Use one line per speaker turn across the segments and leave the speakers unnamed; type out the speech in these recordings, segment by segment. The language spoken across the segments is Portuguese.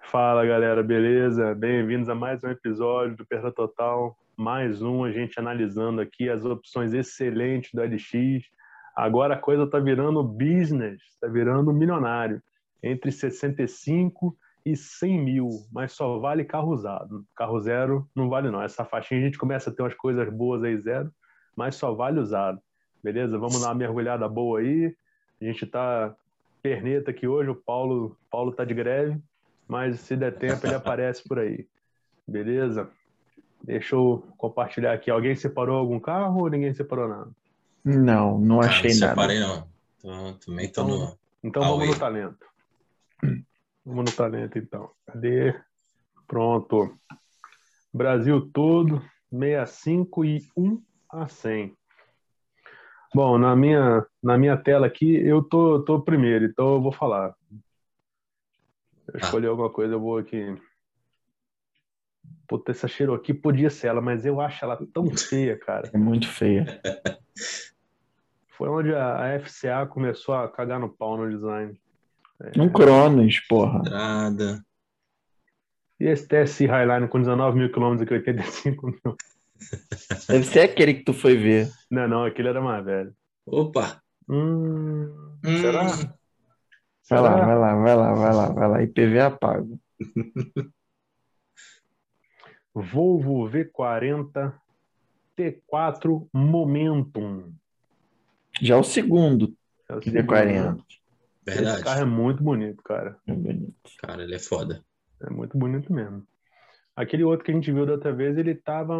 Fala galera, beleza? Bem-vindos a mais um episódio do Perda Total. Mais um, a gente analisando aqui as opções excelentes do LX. Agora a coisa tá virando business, tá virando milionário. Entre 65 e 100 mil, mas só vale carro usado. Carro zero não vale não. Essa faixinha a gente começa a ter umas coisas boas aí zero, mas só vale usado. Beleza? Vamos dar uma mergulhada boa aí. A gente tá perneta aqui hoje, o Paulo, Paulo tá de greve, mas se der tempo ele aparece por aí. Beleza? Deixa eu compartilhar aqui. Alguém separou algum carro ou ninguém separou nada?
Não, não
Cara,
achei
não
nada.
separei, não. Tô- também tô no.
Então
Ah,
vamos
oi.
no talento. Vamos no talento então. Cadê? Pronto. Brasil todo, 65 e 1 a 100. Bom, na minha, na minha tela aqui, eu tô, tô primeiro, então eu vou falar. Eu
Tá.
escolhi alguma coisa, eu vou aqui. Puta, essa Cherokee podia ser ela, mas eu acho ela tão feia, cara.
É muito feia.
Foi onde a, a FCA começou a cagar no pau no design.
Um Cronos, porra.
Nada.
E esse TSI Highline com 19 mil quilômetros e 85 mil?
Deve ser aquele que tu foi ver.
Não, não, aquele era mais velho.
Opa!
Hum,
Hum,
Será?
Vai lá,
será?
vai lá, vai lá, vai lá, vai lá. IPVA pago.
Volvo V40 T4 Momentum.
Já o segundo,
É o
que
segundo,
deu 40.
né? Esse carro é
Verdade.
muito bonito, cara.
É
Hum.
bonito.
Cara, ele é foda.
É muito bonito mesmo. Aquele outro que a gente viu da outra vez, ele tava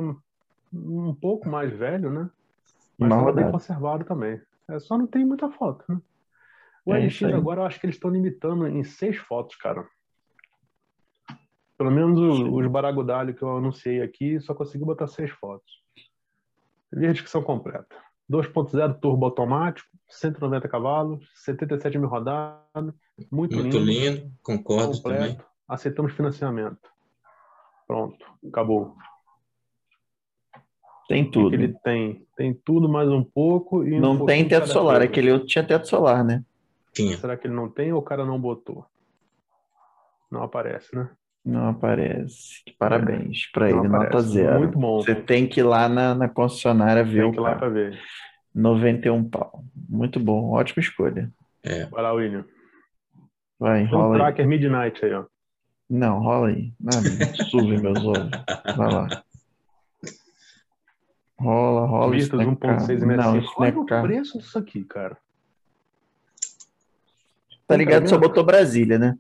um pouco mais velho, né? Mas
Mal
tava bem
rodado.
conservado também. É, só não tem muita foto, né? O
É
LX
isso aí.
agora eu acho que eles estão limitando em seis fotos, cara. Pelo menos o- os baragudalho que eu anunciei aqui, só consegui botar seis fotos. Vê a descrição completa. 2.0 turbo automático, 190 cavalos, 77 mil rodadas, muito, lindo
Muito lindo, concordo também.
completo. Aceitamos financiamento. Pronto, acabou.
Tem tudo.
Ele tem, tem tudo mais um pouco e um
Não
pouquinho
tem
de
teto
cada
solar.
coisa.
Aquele outro tinha teto solar, né?
Tinha.
Será que ele não tem ou o cara não botou? Não aparece, né?
Não aparece. Parabéns pra
Não
ele. Nota
aparece.
zero.
Muito bom.
Você tem que ir lá na, na concessionária ver
Tem
o
que ir lá
carro.
para ver.
91 pau. Muito bom. Ótima escolha.
É.
Vai lá, William.
Vai,
Tem um
rola aí.
tracker Midnight aí, ó.
Não, rola aí. Ah, Suve meus ovos. Vai lá. Rola, rola. isso
Vistas
não é
1.6
carro. Não,
MSI.
isso não é
Olha o
carro.
preço disso aqui, cara.
Tá ligado? Só botou Brasília, né?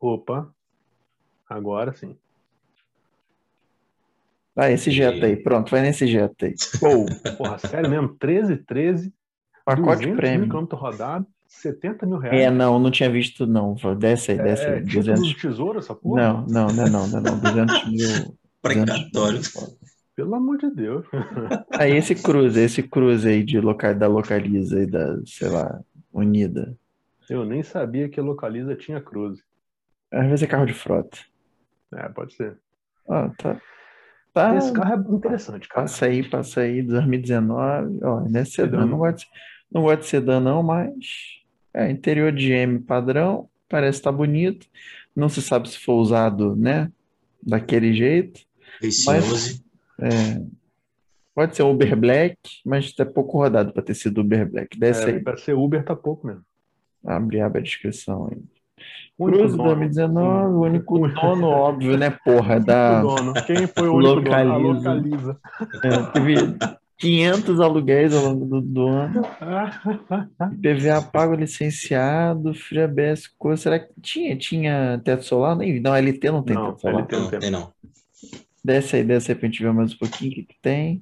Opa. Agora sim.
Ah, esse Jetta aí. Pronto, vai nesse Jetta aí. Pô,
Porra, sério mesmo? 13, 13.
pacote
200 mil
prêmio.
quilômetros rodados, 70 mil reais.
É, não, não tinha visto, não. Desce aí, desce
É,
aí.
título
200.
do tesouro essa porra?
Não, não, não, não, é não, não. 200 mil.
Precatório.
200 mil.
Pelo amor de Deus.
Aí esse cruze, esse cruze aí de loca... da Localiza e da, sei lá, Unida.
Eu nem sabia que a Localiza tinha cruze.
Às vezes é carro de frota.
É, pode ser.
Ó, tá. Tá.
Esse carro é interessante, cara.
Passa aí, passa aí, 2019. Ó, não é sedã,
Sedã.
não gosto de, não gosto de sedã, não, mas é interior de M padrão, parece estar bonito. Não se sabe se foi usado, né? Daquele jeito.
Esse
Mas-
11.
Pode ser um Uber Black, mas é pouco rodado para ter sido Uber Black. Desce
É,
aí,
pra ser Uber tá pouco mesmo.
abre, abre a descrição aí.
Único
Cruze
dono.
2019, o único dono, óbvio, né? Porra,
Único
da.
dono. Quem foi o único dono? A
Localiza.
Localiza.
é, teve 500 aluguéis ao longo do, do ano.
Ah,
PVA pago licenciado, FreeABS, coisa. Será que tinha? Tinha teto solar? Nem, não, LT não tem
Não, um
teto solar.
LT.
Não, tem não.
Desce aí, desce aí pra gente ver mais um pouquinho o que, que tem.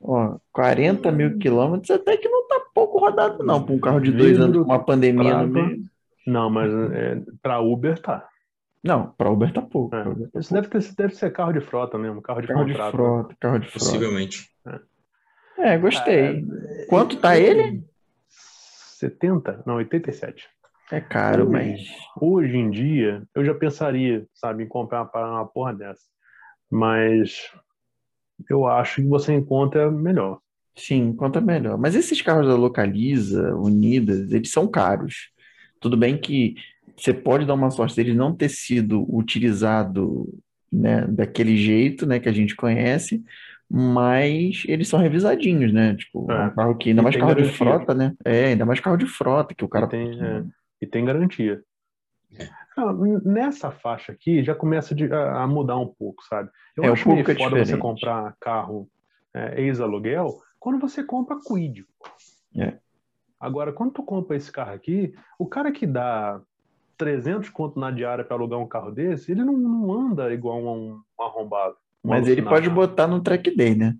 Ó, 40 mil quilômetros, até que não tá pouco rodado, não, pra um carro de dois
Vidro,
anos com uma pandemia no
trava.
meio.
Não, mas é, pra Uber tá.
Não, pra Uber tá pouco.
É. tá
pra Uber tá
Isso deve, ter, deve ser carro de frota mesmo, carro de
pouco. Carro de
contrato.
frota, carro de frota.
Possivelmente.
É, gostei. Quanto tá ele?
70? Não, 87.
É caro,
Ui.
mas.
hoje em dia, eu já pensaria, sabe, em comprar uma, parada- uma porra dessa. Mas eu acho que você encontra melhor.
Sim, conta melhor. Mas esses carros da Localiza, Unidas, eles são caros. Tudo bem que você pode dar uma sorte dele não ter sido utilizado né, daquele jeito né, que a gente conhece, mas eles são revisadinhos, né? Tipo,
É.
é um carro que ainda
E
mais
tem
carro de
garantia.
frota, né? É, ainda mais carro de frota que o cara
Tem, é.
né?
e tem garantia.
É.
Ah, n- Nessa faixa aqui já começa de- a a mudar um pouco, sabe? Eu
É, o
acho meio
público é
foda você
diferente.
comprar carro é, ex-aluguel quando você compra quid.
É.
Agora, quando tu compra esse carro aqui, o cara que dá 300 conto na diária para alugar um carro desse, ele não, não anda igual um, um arrombado. um
Mas ele pode
alucinado.
botar no track day, né?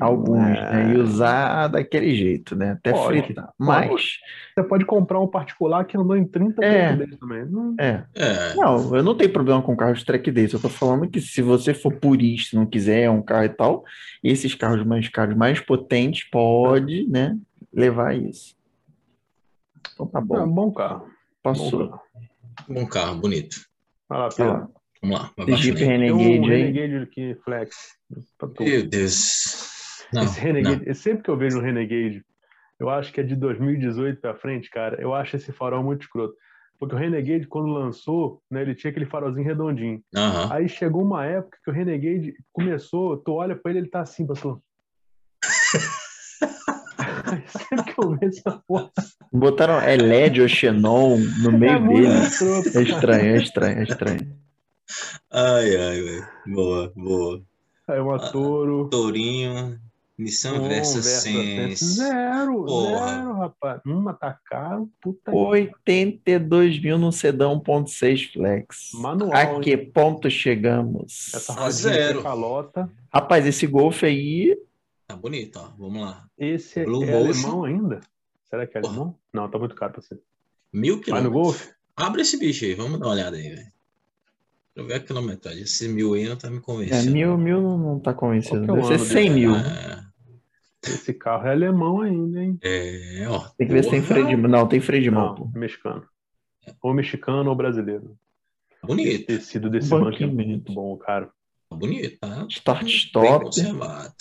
Alguns,
É.
né? E usar daquele jeito, né? Até
Pode,
fritar. Mas,
Você pode comprar um particular que andou em 30
É.
dele também. Não-
é.
É,
Não, eu não tenho problema com carro de track day. Só tô falando que se você for purista, não quiser um carro e tal, esses carros mais caros, mais potentes, pode, né? Levar isso. Então tá
É
bom.
um bom carro.
Passou.
Bom carro.
bom um carro, bonito.
Vai lá,
Sei
Pedro.
lá.
Vamos lá, vai
Esse
baixando
Jeep é
aí.
Tem um
Renegade aí.
Renegade que flex. pra tu.
Meu Deus. Não,
Esse Renegade, eu sempre que eu vejo um Renegade, eu acho que é de 2018 pra frente, cara, eu acho esse farol muito escroto. Porque o Renegade, quando lançou, né, ele tinha aquele farolzinho redondinho.
não. Aham.
Aí chegou uma época que o Renegade começou, tu olha pra ele, ele tá assim, passando. Aí sempre que eu vejo essa porra,
Botaram é LED ou Xenon no meio
é muito
dele.
escroto.
É estranho, é estranho, é estranho.
Ai, ai, ai. Boa, boa.
É uma Toro.
Tourinho, Nissan
um
Versa
Versa Sense.
Sense.
Zero,
Então, assim, Porra.
zero, rapaz. Uma tá caro, puta
82 mil no sedão 1.6 flex.
Manual,
A
hein?
que ponto chegamos?
Essa
Ah,
rodinha
zero.
de calota.
Rapaz, esse Golf aí,
Tá bonito, ó. Vamos lá.
Esse
Blue
é
Motion.
alemão ainda? Será que é
Porra.
alemão? Não, tá muito caro pra você. Vai
Mil
no
quilômetros.
Golf?
Abre esse bicho aí, vamos dar uma olhada aí, velho. Deixa eu ver a quilometragem. Esse mil aí não tá me
é,
convencendo.
mil, mil não, não tá
Qual
convencido.
que é o
Deve ser
ano
100
dele?
mil.
Ah,
Esse carro é alemão ainda, hein?
É, ó.
Tem que ver se tem
Porra,
freio de mão. Não, tem freio de mão.
Não,
pô.
é mexicano. Ou mexicano ou brasileiro. Esse
Bonito,
tecido desse
Um
banco é
banquinho.
muito bom, cara.
tá bonito, tá?
Start
Bem
stop.
conservado.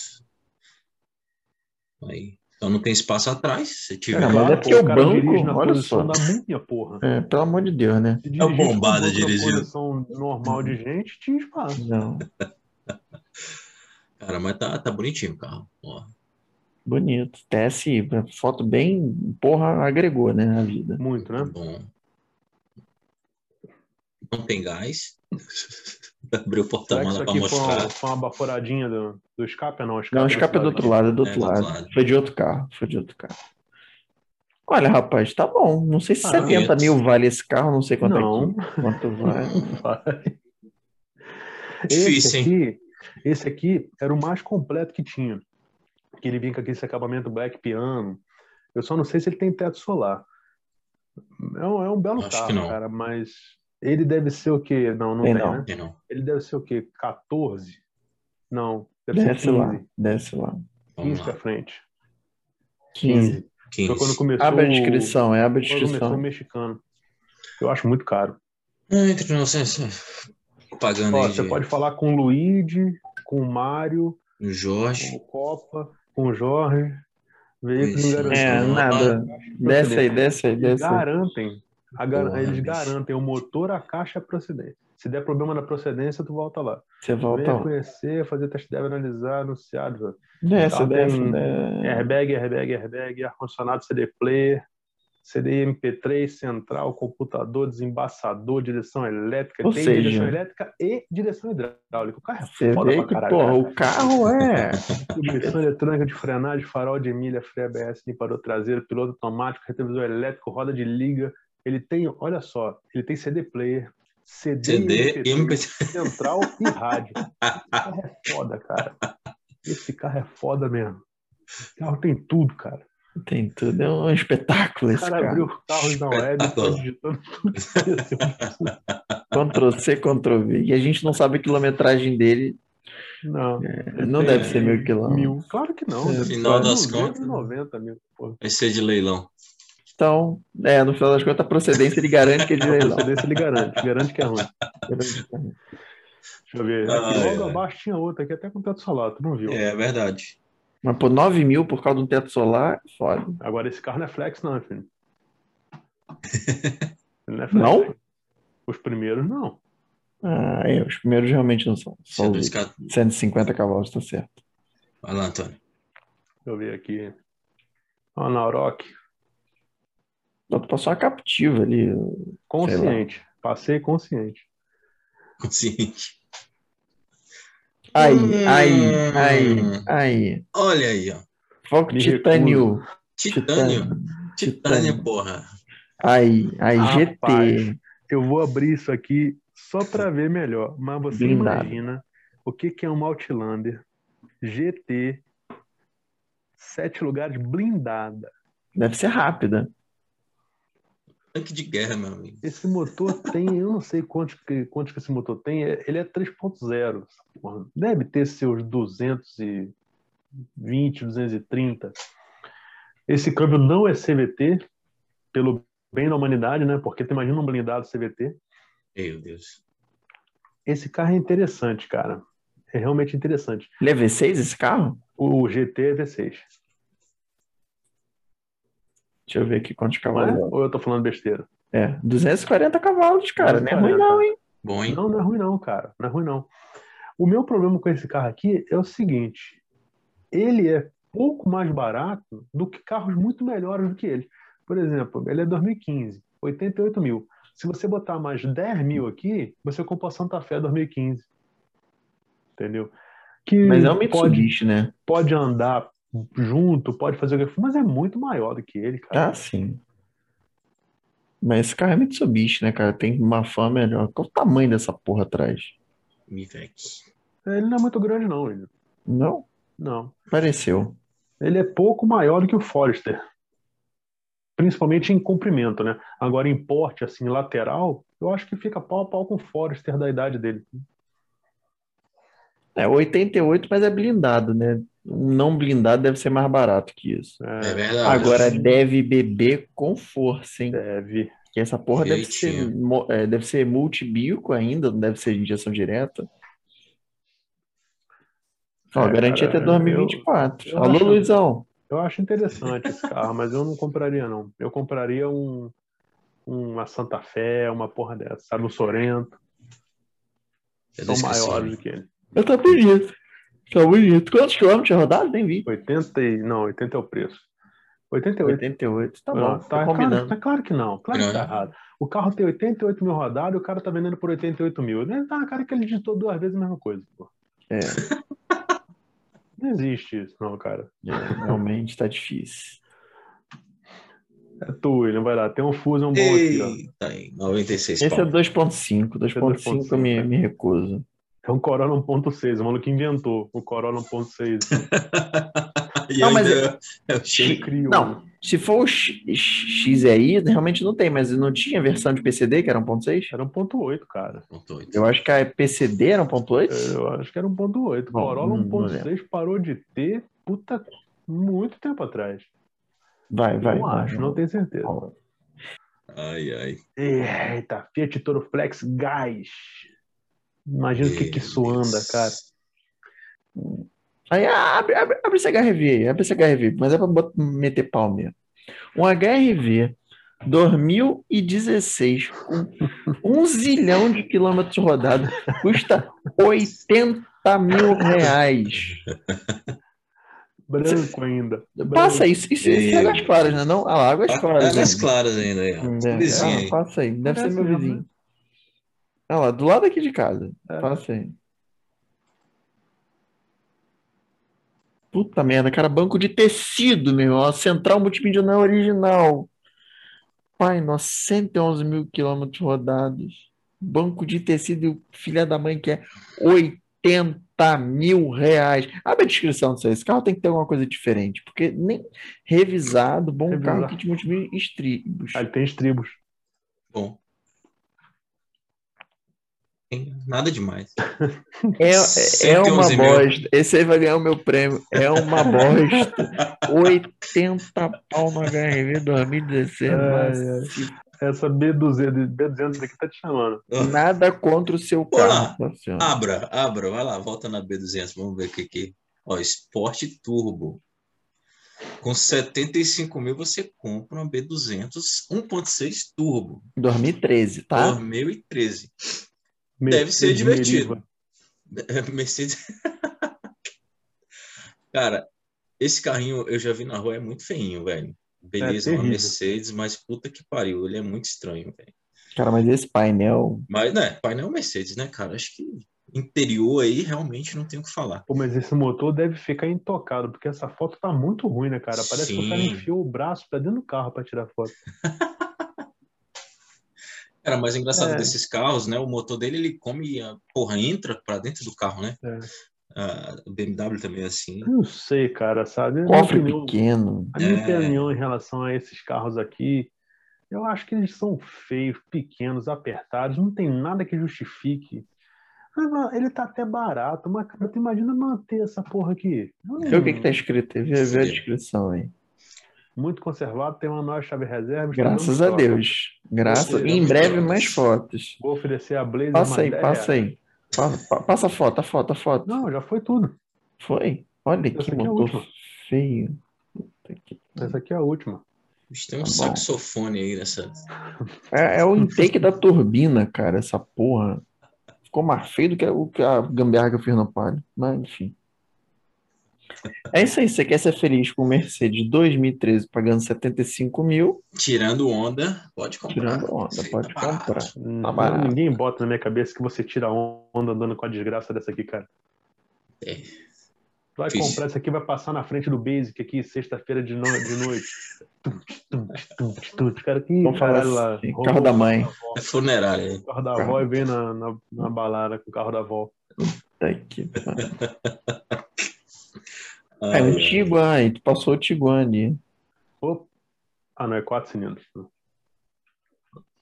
Aí. Então não tem espaço atrás. Se tiver.
Cara, mas é porque
Pô,
o
cara
banco,
dirige na
olha
posição
só.
da múmia, porra.
É, pelo amor de Deus, né?
Se dirigisse com
bombado
banco na
dirigindo.
posição normal de gente, tinha espaço.
Não.
Cara, mas tá, tá bonitinho o carro. Ó.
Bonito. TSI, foto bem. Porra, agregou, né? Na vida.
Muito,
Tá
né?
bom. Não tem gás. Abriu o
Será que isso
porta-mala Tá pra
aqui foi um
mostrar.
uma, foi uma baforadinha do, do escape? Ah, Não, o escape
Não, o escape é do outro lado, é do
É,
outro lado. Foi de outro carro, foi de outro carro. Olha, rapaz, tá bom. Não sei se
Ah,
70
bonito.
mil vale esse carro, não sei quanto
Não.
é que, quanto vale.
Esse
Difícil, hein?
aqui, esse aqui era o mais completo que tinha. Que ele vinha com esse acabamento black piano. Eu só não sei se ele tem teto solar. É um, é um belo
Acho que
carro,
não.
cara, mas ele deve ser o quê? Não, não
Tem
tem,
não.
né?
Tem não.
Ele deve ser o quê? 14? Não, deve ser
Desce
15.
lá, desce lá.
Vamos
15 pra
lá.
frente.
15.
15.
Foi quando começou
Hum. Abre a
o-
descrição, é abre a
Quando começou o
descrição.
mexicano. Eu acho muito caro.
Ah, Entre nós, é, é. pagando
Ó,
aí
você
de-
pode falar com o Luigi, com o Mário,
o
com
Jorge.
o Copa, com o Jorge. Veículos não
Isso.
garantem.
É,
Desce lá.
nada. Desce aí, desce aí,
Eles
desce aí.
garantem. a gar-
Porra,
Eles
bicho.
garantem o motor, a caixa e a procedência. Se der problema na procedência, tu volta lá.
Você volta
Venha
lá.
conhecer, fazer test drive, analisar, anunciar. velho.
Desce,
Tá,
desce,
tem-
desce.
Airbag, airbag, airbag, ar-condicionado, CD player, CD MP3, central, computador, desembaçador, direção elétrica.
Ou
tem
seja-
direção elétrica e direção hidráulica. O carro é
Você
foda
vê
pra
que,
caralho.
porra,
cara.
o carro é.
Direção eletrônica de frenagem, farol de milha, freio ABS, limpador traseiro, piloto automático, retrovisor elétrico, roda de liga. Ele tem, olha só, ele tem CD player, CD,
CD,
MP3,
MP3.
central e rádio. Esse carro é foda, cara. Esse carro é foda mesmo. Esse carro tem tudo, cara.
Tem tudo, é um espetáculo
O
esse
cara
carro.
abriu os carros na web e foi
Espetáculo.
digitando tudo que apareceu.
Ctrl C, Ctrl V. E a gente não sabe a quilometragem dele.
Não,
É, Não
Tem
deve ser mil quilômetros. É,
mil. Claro que não.
No
deve ser
final das
290 mil. Pô,
Vai ser de leilão.
Então, é, no final das contas, a procedência ele garante que é de leilão.
procedência ele garante, garante que é ruim. Deixa eu ver.
Ah,
Aqui logo
é.
abaixo tinha outra aqui, até com teto solar, tu não viu.
É, é verdade.
Mas por 9 mil por causa de um teto solar, foda.
Agora esse carro não é flex, não, meu filho. Ele é
Não?
flashback. Os primeiros não.
Ah, é, os primeiros realmente não são.
Isso
Só
é
os
2K.
150 cavalos, tá certo.
Vai lá, Antônio.
Deixa eu ver aqui. Ó, Naurok.
Dá pra passar uma captiva ali.
Consciente. Passei consciente.
Consciente.
Aí,
Hum.
aí, aí, aí.
Olha aí, ó.
Foco
Me
Titânio.
Titânio.
Titânio.
Titânio, porra.
Aí, aí,
Rapaz.
GT.
Eu vou abrir isso aqui só para ver melhor. Mas você
Blindado.
imagina o que, que é um Outlander GT, sete lugares blindada.
Deve ser rápida.
Tanque de guerra, meu amigo.
Esse motor tem, eu não sei quantos que, quantos que esse motor tem, é- ele é 3.0. essa porra. Deve ter seus 220, 230. Esse câmbio não é CVT, pelo bem da humanidade, né? Porque tu imagina um blindado CVT.
Meu Deus.
Esse carro é interessante, cara. É realmente interessante.
Ele é V6 esse carro?
O GT é V6.
Deixa eu ver aqui quantos
não é?
cavalos.
Ou eu tô falando besteira?
É, 240 cavalos, cara. Não é ruim,
240.
não, hein?
Bom, hein?
Não, não é ruim não, cara. Não é ruim não. O meu problema com esse carro aqui é o seguinte. Ele é pouco mais barato do que carros muito melhores do que ele. Por exemplo, ele é 2015, 88 mil. Se você botar mais 10 mil aqui, você é tá compra o Santa Fé 2015. Entendeu? Que
Mas é um
pode,
Mitsubishi, né?
pode andar junto, pode fazer o que for, mas é muito maior do que ele, cara.
Ah, sim. Mas esse carro é Mitsubishi, né, cara? Tem uma fã melhor. Qual o tamanho dessa porra atrás?
Mivec.
Ele não é muito grande, não, ele.
Não?
Não.
Pareceu.
Ele é pouco maior do que o Forester. Principalmente em comprimento, né? Agora, em porte, assim, lateral, eu acho que fica pau a pau com o Forester da idade dele.
É 88, mas é blindado, né? Um não blindado deve ser mais barato que isso.
É
É,
verdade.
Agora deve beber com força, hein?
deve.
Porque essa porra deve
Direitinho.
ser, mo- é, deve ser multibioco ainda, não deve ser injeção direta. Ó,
É,
garantia
cara,
até 2024.
eu- eu
Alô,
acho-
Luizão.
Eu acho interessante esse carro, mas eu não compraria, não. Eu compraria um, uma Santa Fé, uma porra dessa, sabe? Um Sorento.
Eu
São
esqueci.
maiores do que ele.
Eu tô bonito. Tá bonito. Quantos quilômetros tinha rodado? Nem vi.
80 e... Não, 80 é o preço. 88.
88. Tá É.
Não,
bom,
tá,
tá
claro,
combinando.
tá claro que não, claro que tá
Não.
errado. O carro tem 88 mil rodadas e o cara tá vendendo por 88 mil. Né, Tá na cara que ele digitou duas vezes a mesma coisa. pô.
É,
Não existe isso, não, cara.
é, realmente tá difícil.
É tu, William, vai lá. Tem um Fusion bom aqui,
Eita, aí.
Tá
96
Esse é
pau.
2.5. 2.5 eu me,
2.5,
me recuso.
ó. É um Corolla 1.6, o maluco inventou o Corolla 1.6.
E
Não, mas
ainda é o
Ele
Chico.
criou.
Não, se for o X- XEI, realmente não tem, mas não tinha versão de PCD que era 1.6?
Era 1.8, cara.
Ponto oito.
Eu acho que a PCD era 1.8?
Eu acho que era 1.8.
Bom,
Corolla
não- não
1.6 parou de ter, puta, muito tempo atrás.
Vai, vai.
não
vai,
acho,
vai.
não tenho certeza.
Ai, ai.
Eita, Fiat Toro Flex gás. Imagina o que, que isso anda, cara.
Aí ah, abre, abre, abre esse HRV aí, abre esse HRV, mas é pra bot- meter pau mesmo. Um HRV 2016, com um zilhão de quilômetros rodados, custa 80 mil reais.
Branco ainda.
Passa isso, isso, isso é Águas Claras, não é não? Ah lá, Águas Claras.
Águas
né?
Tá, claras ainda aí, ó.
É,
Vizinho
ah,
aí.
passa aí, deve ser
Parece
meu
mesmo,
vizinho. Ah lá, do lado aqui de casa.
É.
Passa aí. Puta merda, cara, banco de tecido, meu irmão. A Central multimedial original. Pai, nossa, 111 mil quilômetros rodados. Banco de tecido, e o filha da mãe que é 80 mil reais. Abre a descrição disso aí. Esse carro tem que ter alguma coisa diferente, porque nem revisado, bom
Revisado.
carro, kit multimídia estribos.
Aí tem estribos.
Bom. Tem Nada demais.
É, é- é uma
111 mil.
bosta. Esse aí vai ganhar o meu prêmio. É uma bosta. 80 pau no HRV 2016. mas
Essa B200, B200 aqui tá te chamando.
Nada contra o seu
Olá.
carro. tá Nossa Senhora.
Abra, abra, vai lá, volta na B200, vamos ver o que que. Ó, Sport Turbo. Com 75 mil você compra uma B200 1.6 turbo,
2013, tá?
2013. Deve
Mercedes
ser divertido.
Meriva.
Mercedes. Cara, esse carrinho eu já vi na rua, é muito feinho, velho. Beleza, uma
terrível.
Mercedes, mas puta que pariu, ele é muito estranho, velho.
Cara, mas esse painel.
Mas, né, painel Mercedes, né, cara? Acho que interior aí realmente não tem o que falar.
Pô, mas esse motor deve ficar intocado, porque essa foto tá muito ruim, né, cara? Parece que o cara
Sim.
enfiou o braço pra dentro do carro pra tirar foto.
Cara, mas o engraçado
É.
desses carros, né? O motor dele, ele come, a porra, entra pra dentro do carro, né?
É.
A BMW também é assim.
Eu não sei, cara, sabe? Na minha
Cofre
opinião-
pequeno.
A minha
É.
opinião em relação a esses carros aqui, eu acho que eles são feios, pequenos, apertados, não tem nada que justifique. Mas, mano, Ele tá até barato, mas cara, tu imagina manter essa porra aqui. Eu
Vê o
não-
que, que tá escrito. aí, Vê, vê a descrição aí.
Muito conservado, tem manual chave reserva. está
Graças a
dando troca.
Deus. Graças.
Gostei,
Em
damos
breve,
trocas.
mais fotos.
Vou oferecer a Blazer mais
Passa aí,
10
passa
reais.
aí. Pa- pa- Passa a foto, a foto, a foto.
Não, já foi tudo.
Foi? Olha
Essa
que
aqui é a
motor
última.
feio. Puta que-
Essa aqui é a última.
Bicho, Tem um
Tá bom.
saxofone aí nessa.
É, é o intake da turbina, cara, essa porra. Ficou mais feio do que o que a gambiarra que eu fiz no palio. Mas, enfim. É isso aí. Você quer ser feliz com o Mercedes 2013 pagando 75 mil?
Tirando onda, pode comprar.
Tirando onda,
Isso aí
pode
tá barato.
comprar.
Não,
barato.
ninguém bota na minha cabeça que você tira onda andando com a desgraça dessa aqui, cara.
É.
Tu Vai
Fiz.
comprar essa aqui, vai passar na frente do Basic aqui, sexta-feira de, no- de noite. Tuts, tuts, tuts, tuts. Cara, que
Vamos falar
caralho lá.
assim,
Roubou
carro da mãe.
avó.
É funerária. hein?
Carro da avó e vem na, na, na balada com o carro da avó.
Tá aqui. pariu.
Ah,
É um Tiguan, aí tu passou o Tiguan ali.
Opa. Ah, não, é quatro cilindros.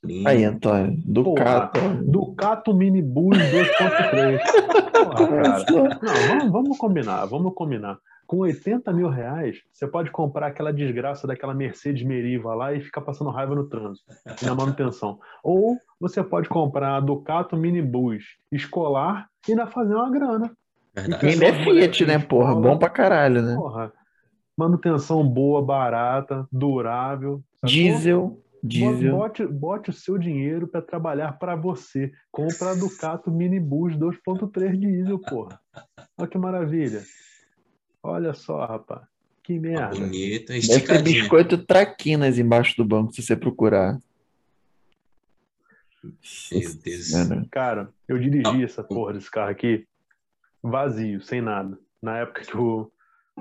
lindo.
Aí, Antônio, Ducato.
Ducato Minibus 2.3. Porra, cara.
Começou.
Não, vamos, vamos combinar, vamos combinar. Com 80 mil reais, você pode comprar aquela desgraça daquela Mercedes Meriva lá e ficar passando raiva no trânsito, na manutenção. Ou você pode comprar a Ducato Minibus escolar e ainda fazer uma grana.
Verdade.
E ainda é Fiat, né, porra? Bom pra caralho, né?
Porra. Manutenção boa, barata, durável. sacou?
Diesel,
Bo-
diesel.
Bote, bote o seu dinheiro para trabalhar para você. Compra a Ducato Minibus 2.3 diesel, porra. Olha que maravilha. Olha só, rapaz. Que
Tá
merda.
Bonita,
Deve ter
esticadinha.
biscoito traquinas embaixo do banco, se você procurar.
Meu Deus.
Mano,
Cara, eu dirigi essa porra desse carro aqui vazio, sem nada. Na época que o-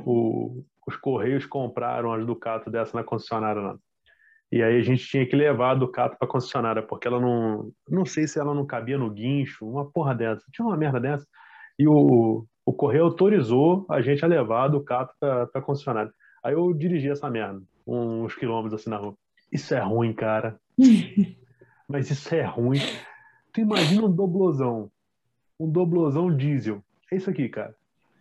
o- os Correios compraram as Ducato dessa na concessionária lá. E aí a gente tinha que levar a Ducato pra concessionária, porque ela não. Não sei se ela não cabia no guincho, uma porra dessa. Tinha uma merda dessa. E o, o Correio autorizou a gente a levar a Ducato pra, pra concessionária. Aí eu dirigi essa merda, uns quilômetros assim na rua. Isso é ruim, cara. Mas isso é ruim. Tu imagina um doblozão. Um doblozão diesel. É isso aqui, cara.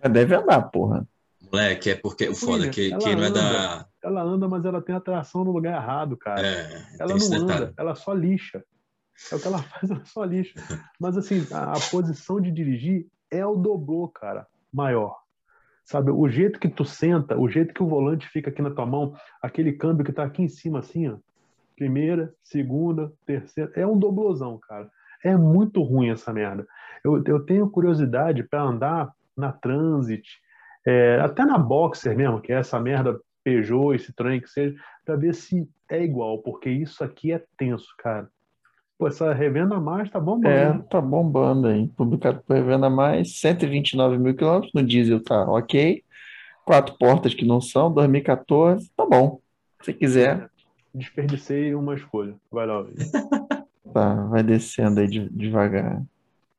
mas deve andar, porra.
Moleque, é porque o foda é que
Ela
quem não é da.
Ela anda, mas ela tem atração no lugar errado, cara.
É,
ela
tem esse
não anda,
detalhe.
ela só lixa. É o que ela faz, ela só lixa. Mas assim, a, a posição de dirigir é o doblô, cara, maior. Sabe, o jeito que tu senta, o jeito que o volante fica aqui na tua mão, aquele câmbio que tá aqui em cima, assim, ó. Primeira, segunda, terceira. É um doblozão, cara. É muito ruim essa merda. Eu, eu tenho curiosidade pra andar na Transit, é, até na Boxer mesmo, que é essa merda Peugeot, esse trem que seja, pra ver se é igual, porque isso aqui é tenso, cara. Pô, essa revenda a mais tá bom,
É,
né?
tá bombando aí. Publicado por revenda mais, 129 mil quilômetros. No diesel tá ok. Quatro portas que não são, 2014, tá bom. Se quiser,
Desperdicei uma escolha. Vai lá. Luiz.
tá, vai descendo aí de- devagar.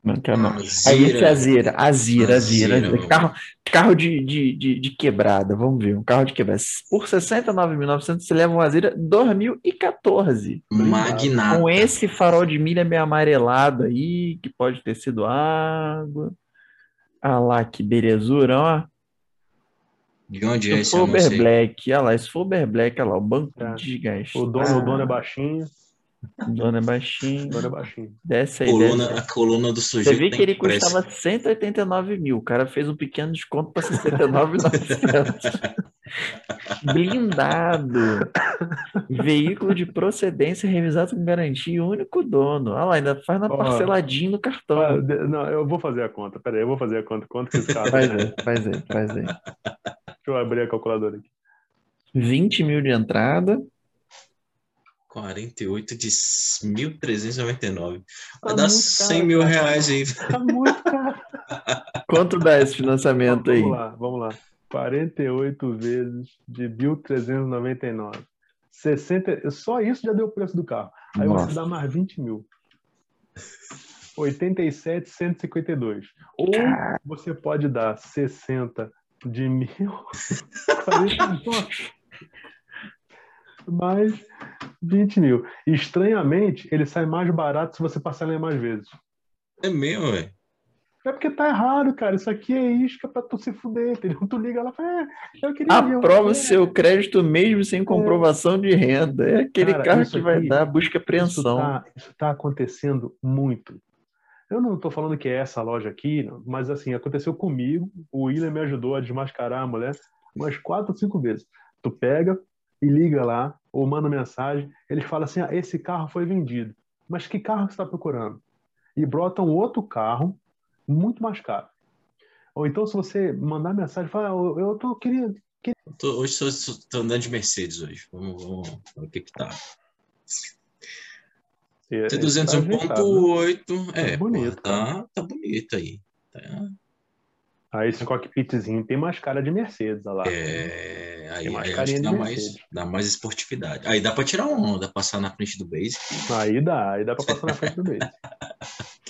Não quer não. Aí
Zira.
esse É Azira, Azira, Azira,
Azira,
Azira.
meu.
Carro, carro de, de, de, de quebrada, vamos ver, um carro de quebrada. Por 69.900 você leva um Azira 2014.
Magnata.
Com esse farol de milha meio amarelado aí, que pode ter sido água. Ah lá, que belezura, ó.
De onde é
Se
esse
for
anúncio
Uber
aí?
Black, olha lá, se for Uber Black, olha lá, o banco
É.
desgastado.
O dono, o dono é baixinho,
O dono é baixinho.
o dono é baixinho.
Desce aí, desce aí.
Coluna, a coluna do
Você
sujeito.
vê que
tem
ele
pressa.
custava 189 mil. O cara fez um pequeno desconto para 69,900. Blindado. Veículo de procedência revisado com garantia e único dono. Olha lá, ainda faz na
Ó.
parceladinha no
Ah,
cartão.
de- Não, eu vou fazer a conta. Pera aí, eu vou fazer a conta. Quanto que esse carro
Faz
Deixa
aí, faz aí, faz aí.
eu abrir a calculadora aqui.
20 mil de entrada.
48 de 1.399. Vai
Tá
dar
muito
100
caro,
mil
cara.
reais aí.
Tá muito caro.
Quanto dá esse financiamento aí?
Vamos lá, vamos lá. 48 vezes de 1.399. 60... Só isso já deu o preço do carro. Aí você
Nossa.
dá mais 20 mil. 87,152. Ou você pode dar 60 de mil. 49. mais 20 mil. Estranhamente, ele sai mais barato se você passar ele mais vezes.
É mesmo, velho.
É porque tá errado, cara. Isso aqui é isca pra tu se fuder, entendeu? Tu liga lá e fala, é, eu queria ver um-
Aprova o seu crédito mesmo sem comprovação de renda. É aquele
É. Cara,
carro
isso
que vai
aqui-
dar busca e
Isso
apreensão.
tá, isso tá acontecendo muito. Eu não tô falando que é essa loja aqui, não, mas assim, aconteceu comigo. O William me ajudou a desmascarar a mulher umas quatro, cinco vezes. Tu pega e liga lá, ou manda mensagem. Eles falam assim: ah, esse carro foi vendido. Mas que carro você tá procurando? E brotam outro carro muito mais caro. Ou então, se você mandar mensagem, fala: ah, eu, eu tô querendo,
Tô- hoje só, só- tô andando de Mercedes hoje. Vamos, vamos ver o que que tá.
É,
Tem
ele tá ajeitado, né?
201.8.
Tá
É,
bonito,
bonito, tá, tá bonito aí. Tá-
Aí esse cockpitzinho tem mais cara de Mercedes, olha lá.
É, aí,
Tá. Tem mais
aí eu acho
carinha
que dá
de
mais,
Mercedes.
dá mais esportividade. Aí dá pra tirar onda, passar na frente do base.
Aí dá, aí dá pra passar na frente do beijo.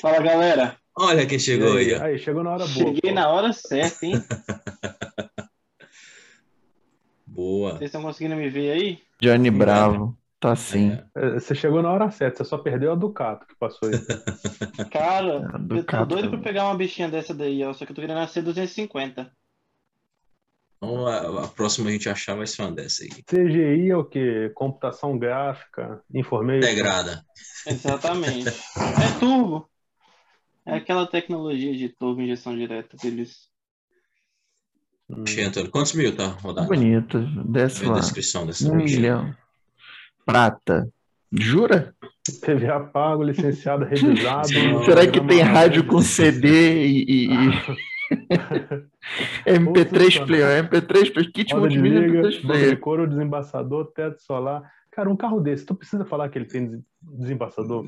Fala galera,
Olha quem chegou aí,
aí,
ó.
aí, chegou na hora boa.
cheguei
pô.
na hora certa, hein?
Boa.
Vocês estão conseguindo me ver aí?
Johnny Bravo. Tá sim.
É.
É, Você chegou na hora certa, você só perdeu a Ducato que passou aí.
Cara,
É
Ah, do
eu tô
Capra.
doido pra pegar uma bichinha dessa daí, ó. Só que eu tô querendo nascer 250.
Então a, a próxima a gente achar vai ser uma dessa aí.
CGI é o quê? Computação gráfica, informação.
É Integrada.
Exatamente. É turbo. É aquela tecnologia de turbo injeção direta deles.
Hum,
Achei, Antônio. Quantos mil tá rodando?
Bonito. Desce
Vê a
lá.
descrição dessa
Um
bicha.
milhão. Prata. Jura?
TVA pago, licenciado, revisado.
Será que tem
Programa-
rádio com CD e, e- e- MP3 player? MP3 player? Kit
Ah. Roda de
multimídia
liga,
MP3
banda de
player.
couro, desembaçador, teto solar. Cara, um carro desse, tu precisa falar que ele tem des- desembaçador?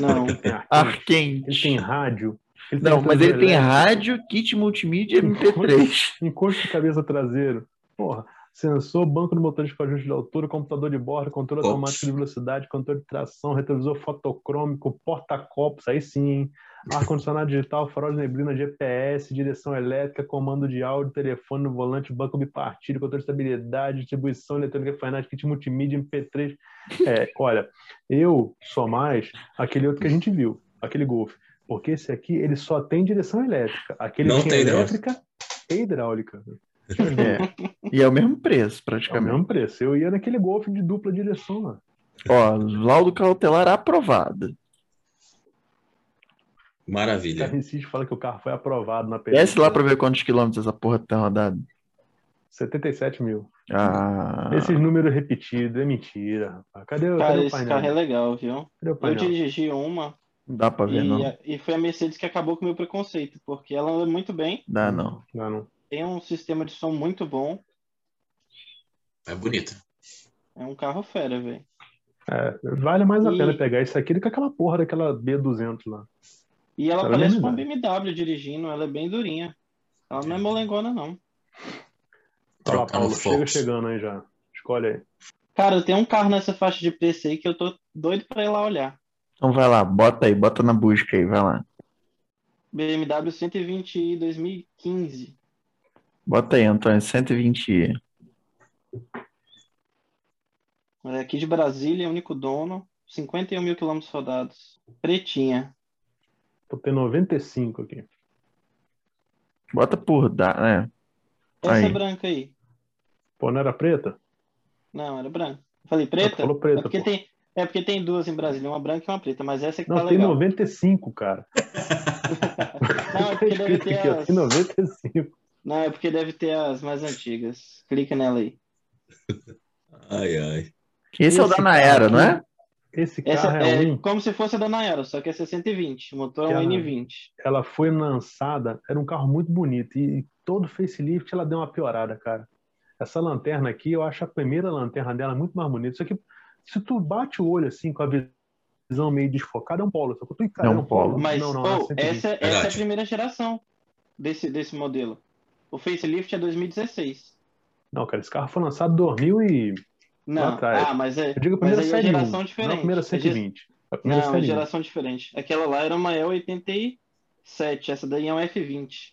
Não.
Ele tem ar
Ar
Ele
quente.
tem rádio. Ele
Ah. Não, mas ele tem
elétrico,
rádio, kit multimídia e MP3.
Encosto de cabeça traseiro. Porra. Sensor, banco do motor com ajuste de altura, computador de bordo, controle
Ops.
automático de velocidade, controle de tração, retrovisor fotocrômico, porta-copos, aí sim, hein? Ar-condicionado digital, farol de neblina, GPS, direção elétrica, comando de áudio, telefone no volante, banco bipartido, controle de estabilidade, distribuição eletrônica, Fnatic, kit multimídia, MP3. É, olha, eu sou mais aquele outro que a gente viu, aquele Golf. Porque esse aqui, ele só tem direção elétrica. Aquele
Não
tinha
tem hidráulica.
elétrica e hidráulica.
É. E é o mesmo preço,
É o
praticamente.
mesmo preço. Eu ia naquele Golf de dupla direção lá.
Ó, laudo cautelar aprovado.
O
Maravilha.
Carnicid fala que o carro foi aprovado na PM.
Desce lá pra ver quantos quilômetros essa porra tá rodada.
77 mil.
Ah,
Esses números repetidos, é mentira, rapaz. Cadê, o-
Cara,
cadê o
esse carro é
um painel?
legal, viu?
Cadê o
Eu
painel? Tá
dirigi uma
não dá pra ver, não.
e, e foi a Mercedes que acabou com o meu preconceito, porque ela anda muito bem,
Dá, não.
Não, não.
tem um sistema de som muito bom,
Tá
É bonita.
é um carro fera, velho.
É, vale mais a
E-
pena pegar isso aqui do que aquela porra daquela B200 lá.
E ela
Tá
parece
vendo,
com uma BMW dirigindo, ela é bem durinha. Ela não é molengona, não.
Olha lá,
Trocar Tá, no
Paulo, chega
Fox.
chegando aí já. Escolhe aí.
Cara, tem um carro nessa faixa de preço aí que eu tô doido pra ir lá olhar.
Então vai lá, bota aí, bota na busca aí, vai lá.
BMW 120i 2015.
Bota aí, Antônio, 120.
É aqui de Brasília, único dono. 51 mil quilômetros rodados. Pretinha.
Tô tendo 95 aqui.
Bota por dar, né?
Essa é
Aí.
branca aí.
Pô, não era preta?
Não, era branca. Eu Falei,
Ah, tu
preta?
Falou
é,
preta,
porque
pô.
tem, é porque tem duas em Brasília, uma branca e uma preta, mas essa é que tá
Não, tem
legal.
95, cara.
Não, é
Tá
porque deve
escrito
ter
aqui, ó.
as...
Tem 95.
Não, é porque deve ter as mais antigas. Clica nela aí.
Ai, ai.
Esse é o
Esse
da Naera, não é?
Esse
Essa
carro é,
é,
um.
como se fosse a da Nayara, só que essa é 120. O motor
Que
é um
é-
N20.
Ela foi lançada, era um carro muito bonito. E todo facelift ela deu uma piorada, cara. Essa lanterna aqui, eu acho a primeira lanterna dela muito mais bonita. Só que se tu bate o olho assim com a visão meio desfocada, é um polo. Só que tu encara,
É um
é um polo.
Mas,
não, não,
pô,
é 120.
essa, essa é a
Verdade.
primeira geração desse, desse modelo. O facelift é 2016.
Não, cara, esse carro foi lançado em 2000 e...
Não,
Ah, tá.
ah, mas é.
Eu digo a
Mas
primeira
aí é
série 1,
geração
não
diferente.
a primeira
É ge-
120. A primeira
Não, é
série 1.
geração diferente. Aquela lá era uma E87, essa daí é um F20.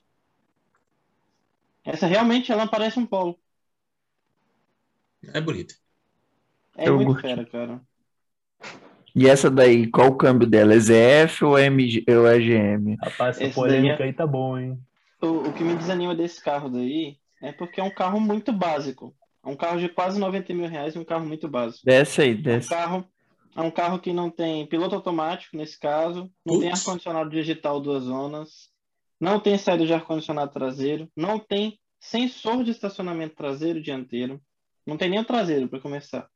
Essa realmente ela parece um polo.
É bonito.
É
Eu
muito
curti.
fera, cara.
E essa daí, qual o câmbio dela? É ZF ou é, MG, ou é GM?
Rapaz, essa
Esse daí é-
polêmica aí tá bom, hein?
O, o que me desanima desse carro daí é porque é um carro muito básico. É um carro de quase 90 mil reais e um carro muito básico.
Desce aí,
É um
desce.
carro, é um carro que não tem piloto automático nesse caso, não tem
Putz.
ar-condicionado digital duas zonas, não tem saída de ar-condicionado traseiro, não tem sensor de estacionamento traseiro e dianteiro, não tem nem o traseiro para começar.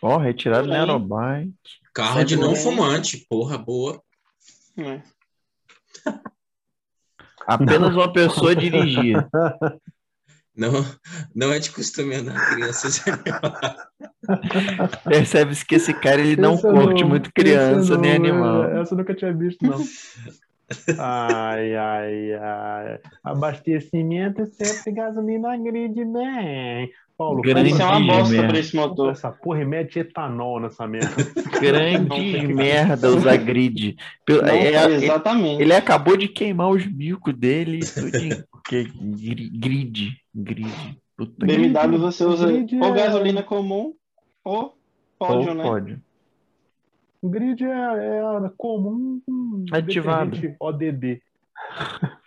Ó, oh, retirado
Por
na
aí.
Aerobike.
Carro
Sai
de não
bonito.
fumante, porra, boa.
né?
Apenas uma pessoa dirigia.
Não, não é de costume andar crianças.
Percebe-se que esse cara ele não
Essa
curte
não,
muito
essa
criança
não,
nem
é,
animal.
Essa eu nunca tinha visto, não. ai, ai, ai. Abastecimento sempre gasolina grid, né? Paulo,
Grande
Mas isso é uma
Entendi,
bosta
merda.
para esse
compra
motor.
essa porra e mete etanol nessa merda.
Grande merda usar grid. Pelo-
Não,
é- é-
exatamente.
ele acabou de queimar os bicos dele e tudo. em- Porque gri- grid. Grid. Puta que-
BMW você usa
Grid
ou
é-
gasolina comum ou pódio,
Pô,
né?
Pódio.
O grid é, é comum com
É Ativado.
detergente ODD.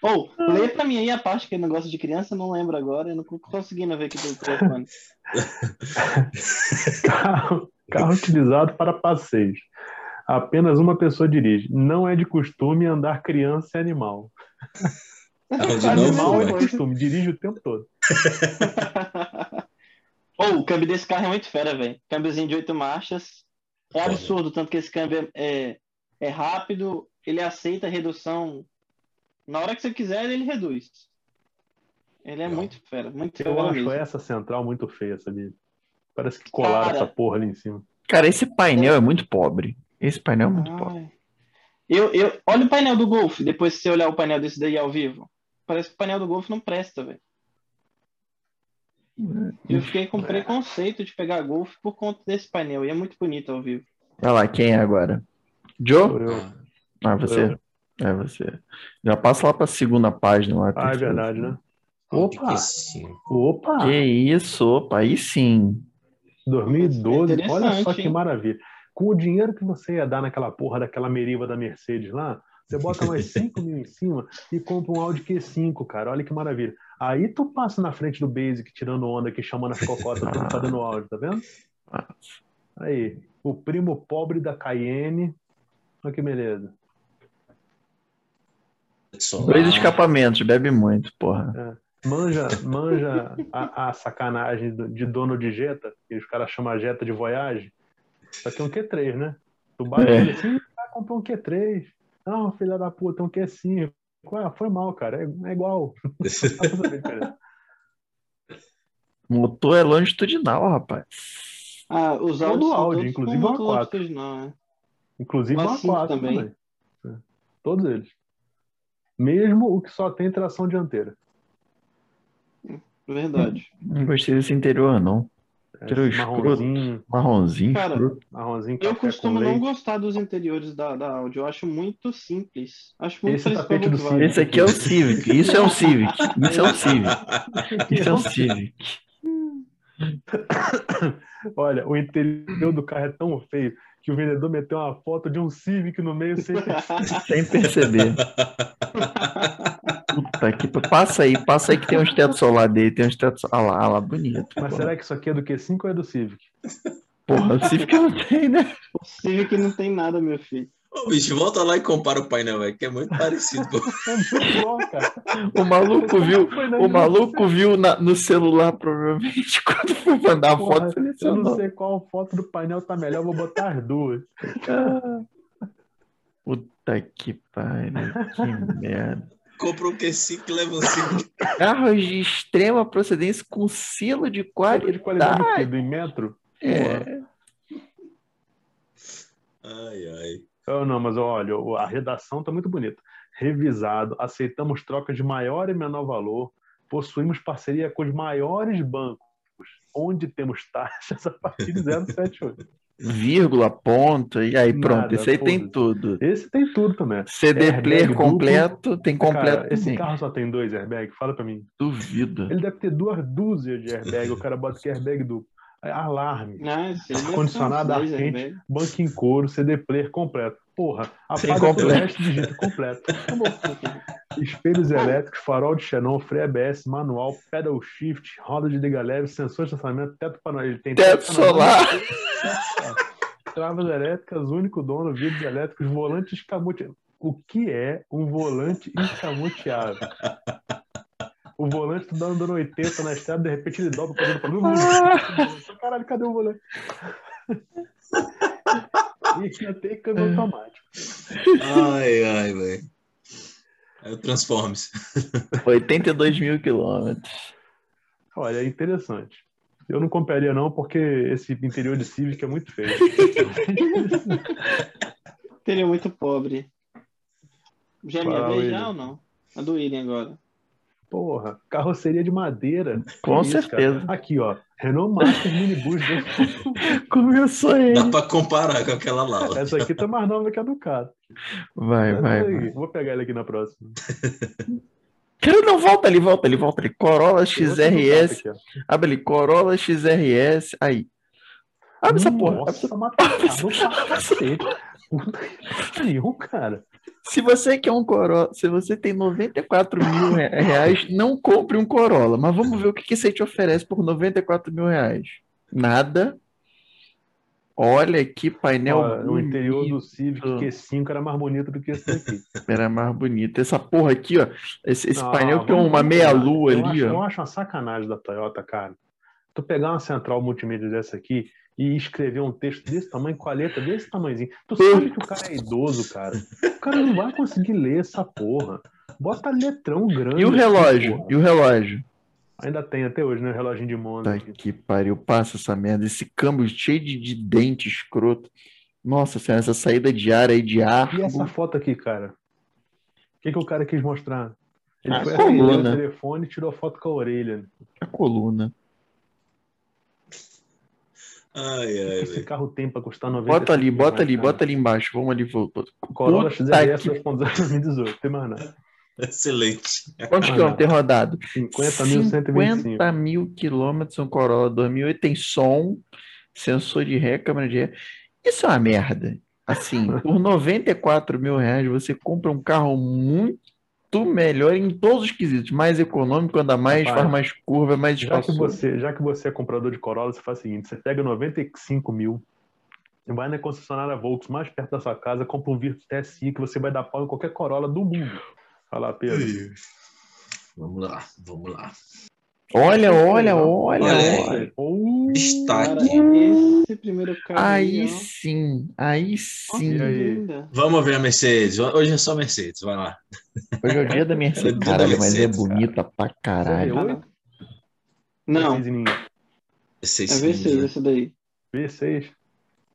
Ou, lê pra mim aí a parte que é negócio de criança, eu não lembro agora, eu não tô conseguindo ver aqui pelo telefone.
Carro, carro utilizado para passeios. Apenas uma pessoa dirige. Não é de costume andar criança e animal.
Carro de não
Faz a mesma
Animal é
fumante.
coisa.
costume, dirige o tempo todo.
Ou, o câmbio desse carro é muito fera, velho. Câmbiozinho de oito marchas. É
Foda.
absurdo, tanto que esse câmbio é, é, é rápido, ele aceita a redução. Na hora que você quiser, ele reduz. Ele é
Legal.
muito fera, muito fera
Eu acho é
mesmo.
essa central muito feia, sabia? Parece que colaram
Cara.
essa porra ali em cima.
Cara, esse painel é muito pobre. Esse painel é
Ah.
muito pobre.
Ai. Eu, eu, olha o painel do Golf, depois se você olhar o painel desse daí ao vivo. Parece que o painel do Golf não presta, velho. Eu fiquei com preconceito de pegar Golf por conta desse painel, e é muito bonito ao vivo.
Vai lá, quem é agora? Joe?
Sou eu.
Ah,
Ah, você. É você. Já passa lá pra segunda página lá.
Ah, é verdade, né? Opa!
que sim.
Opa!
Ah. Que isso, opa, aí sim.
2012,
Interessante,
olha só que
hein?
maravilha. Com o dinheiro que você ia dar naquela porra daquela meriva da Mercedes lá, você bota mais 5 mil em cima e compra um Audi Q5, cara. Olha que maravilha. Aí tu passa na frente do Basic tirando onda aqui, chamando as cocotas, tudo tá dando áudio, tá vendo?
Ah,
Aí, o primo pobre da Cayenne. Olha que beleza.
Solar.
Dois
Ah.
escapamentos, bebe muito, porra.
Manja, manja a, a sacanagem do- de dono de Jetta, que os caras chamam a Jetta de Voyage. Só que é um Q3, né? Tu bate
É.
ele assim, ah, comprou um Q3. Não, filha da puta, é um Q5. Ué, foi mal, cara. É, é igual. Não dá pra saber, cara.
Motor é longitudinal, rapaz.
Ah, os
Todo
áudios são
áudio,
todos
inclusive
com
o A4.
outros, não, é.
Inclusive
Um
o
A5
A4
também.
também. É. Todos eles. Mesmo o que só tem tração dianteira.
Verdade.
Hum.
Não gostei desse interior, não.
É,
Tirou
esse
escroto.
marronzinho,
Marronzinho,
Cara,
escroto.
marronzinho,
Eu
café
costumo
com
não
leite.
gostar dos interiores da, da Audi, eu acho muito simples. Acho muito
Esse
feliz
tapete do
Volkswagen.
Esse aqui é o Civic. Isso é um Civic. Isso é um Civic. Isso é um Civic.
Então, Olha, o interior do carro é tão feio que o vendedor meteu uma foto de um Civic no meio sem
Sem perceber. Puta que pa- Passa aí, passa aí que tem um teto solar dele, tem um teto solar. Ah lá, ah lá, bonito.
Mas será que isso aqui é do Q5 ou é do Civic?
Porra, o Civic não tem, né?
O Civic não tem nada, meu filho.
Ô, bicho, volta lá e compara o painel, velho, que é muito parecido. pô.
É muito bom, cara.
O maluco viu,
Foi na
o
minha-
maluco viu na- no celular, provavelmente, quando foi mandar a
Porra,
foto,
Eu não
selecionou.
sei qual foto do painel tá melhor, eu vou botar as duas.
Puta que pariu, que merda.
Compra um Q5 e leva um 5.
Carros de extrema procedência com selo de
Selo de qualidade
qualidade.
de tudo, em metro?
É.
Ai, ai.
Eu não, mas olha, o- a redação tá muito bonita. Revisado, aceitamos trocas de maior e menor valor, possuímos parceria com os maiores bancos, onde temos taxas a partir de 0,78.
Vírgula, ponto, e aí pronto,
Nada,
isso aí tem
foda-se. É,
tudo.
Esse tem tudo também.
CD
Airbag
player
duplo.
completo, tem completo
Cara, esse
também.
carro só tem dois airbags? Fala pra mim.
Duvido.
Ele deve ter duas dúzias de airbag, o cara bota que airbag duplo. Aí, Alarme,
Ah, isso aí deve
Ar-condicionado, ar
ser uns dois, né,
quente.
velho.
banco em couro, CD player completo. Porra,
Sim,
apaga o
completo.
resto e digita completo. Espelhos elétricos, farol de xenon, freio ABS, manual, pedal shift, roda de liga leve, sensor de estacionamento, teto panorâmico. Ele tem
Teto solar.
panorâmico, Travas elétricas, único dono, vidros elétricos, volante escamoteado. O que é um volante escamoteado? O volante tá andando 80 na estrada, de repente ele dobra pra dentro. Caralho, cadê o volante? E ainda tem
É.
câmbio automático.
Ai, ai, velho. É o Transformers.
né?
82 mil quilômetros.
Olha, é interessante. Eu não compraria não, porque esse interior de Civic é muito feio.
Seria muito pobre. Já é minha
Fala,
vez
William.
já ou não? A do William agora.
Porra, carroceria de madeira.
Com
Isso,
certeza.
cara. Aqui, ó. Renault Master Minibus.
Começou ele.
Dá pra comparar com aquela lá. ó.
Essa aqui tá mais nova que a do cara.
Vai,
Essa
É, vai,
aí,
vai.
Vou pegar ele aqui na próxima.
Cara, não, volta ali, volta ali, volta ali. Corolla
Tem outro do
XRS.
Ducato aqui, ó.
Abre ali, Corolla XRS. Aí. Abre essa porra. abre
Hum, Nossa,
essa-
mataram pra cacete. Puta que pariu, cara.
Se você quer um Corolla, se você tem 94 mil re- reais, não compre um Corolla. Mas vamos ver o que, que você te oferece por 94 mil reais. Nada. Olha que painel.
Ó, o interior
é um bonito.
do Civic Q5 era mais bonito do que esse daqui.
Era é mais bonito. Essa porra aqui, ó. Esse, esse
Ah,
painel tem
vamos
uma
combinar.
meia-lua
Eu
ali,
acho-
ó.
Eu acho uma sacanagem da Toyota, cara. Tu pegar uma central multimídia dessa aqui e escrever um texto desse tamanho, com a letra desse tamanhozinho. Tu sabe que o cara é idoso, cara. O cara não vai conseguir ler essa porra. Bota letrão grande.
E o
assim,
relógio?
porra.
E o relógio?
Ainda tem até hoje, né? O reloginho de Monza.
Tá
aqui.
que pariu, passa essa merda. Esse câmbio cheio de, de dente escroto. Nossa senhora, essa saída de ar aí de ar.
E essa foto aqui, cara? O que, que o cara quis mostrar? Ele
Ah,
foi
coluna.
atender o telefone e tirou foto com a orelha. né?
A coluna.
Ai,
É,
ai,
Esse
velho.
carro tem pra custar 90
Bota ali, bota ali, bota ali embaixo. Vamos ali, voltou.
Corolla
Puta
XRS
que-
2.0 2018, tem mais nada.
Excelente.
Quantos
Ah,
quilômetros tem rodado?
50.125.
50 mil quilômetros no Corolla 2008. Tem som, sensor de ré, câmera de ré. Isso é uma merda. Assim, por 94 mil reais você compra um carro muito melhor em todos os quesitos. Mais econômico, anda mais,
Rapaz,
faz mais curva, é mais
Já que,
espaçoso.
você, já que você é comprador de Corolla, você faz o seguinte: você pega 95 mil, vai na concessionária Volks mais perto da sua casa, compra um Virtus TSI que você vai dar pau em qualquer Corolla do mundo. Fala lá, Pedro.
Vamos lá, vamos lá.
Olha, olha,
Olha
olha,
aí.
olha.
Ou-
Cara, é.
Destaque.
esse primeiro carro
Aí
ó.
sim, aí
Ó, que
sim.
E aí?
linda.
Vamos ver a Mercedes. Hoje é só Mercedes, vai lá.
Hoje é o dia da
É o
Mercedes.
dia da
Caralho, mas é
Mercedes, cara.
bonita pra caralho.
V8?
Não, é
Mercedes.
V6
linda.
esse daí.
V6.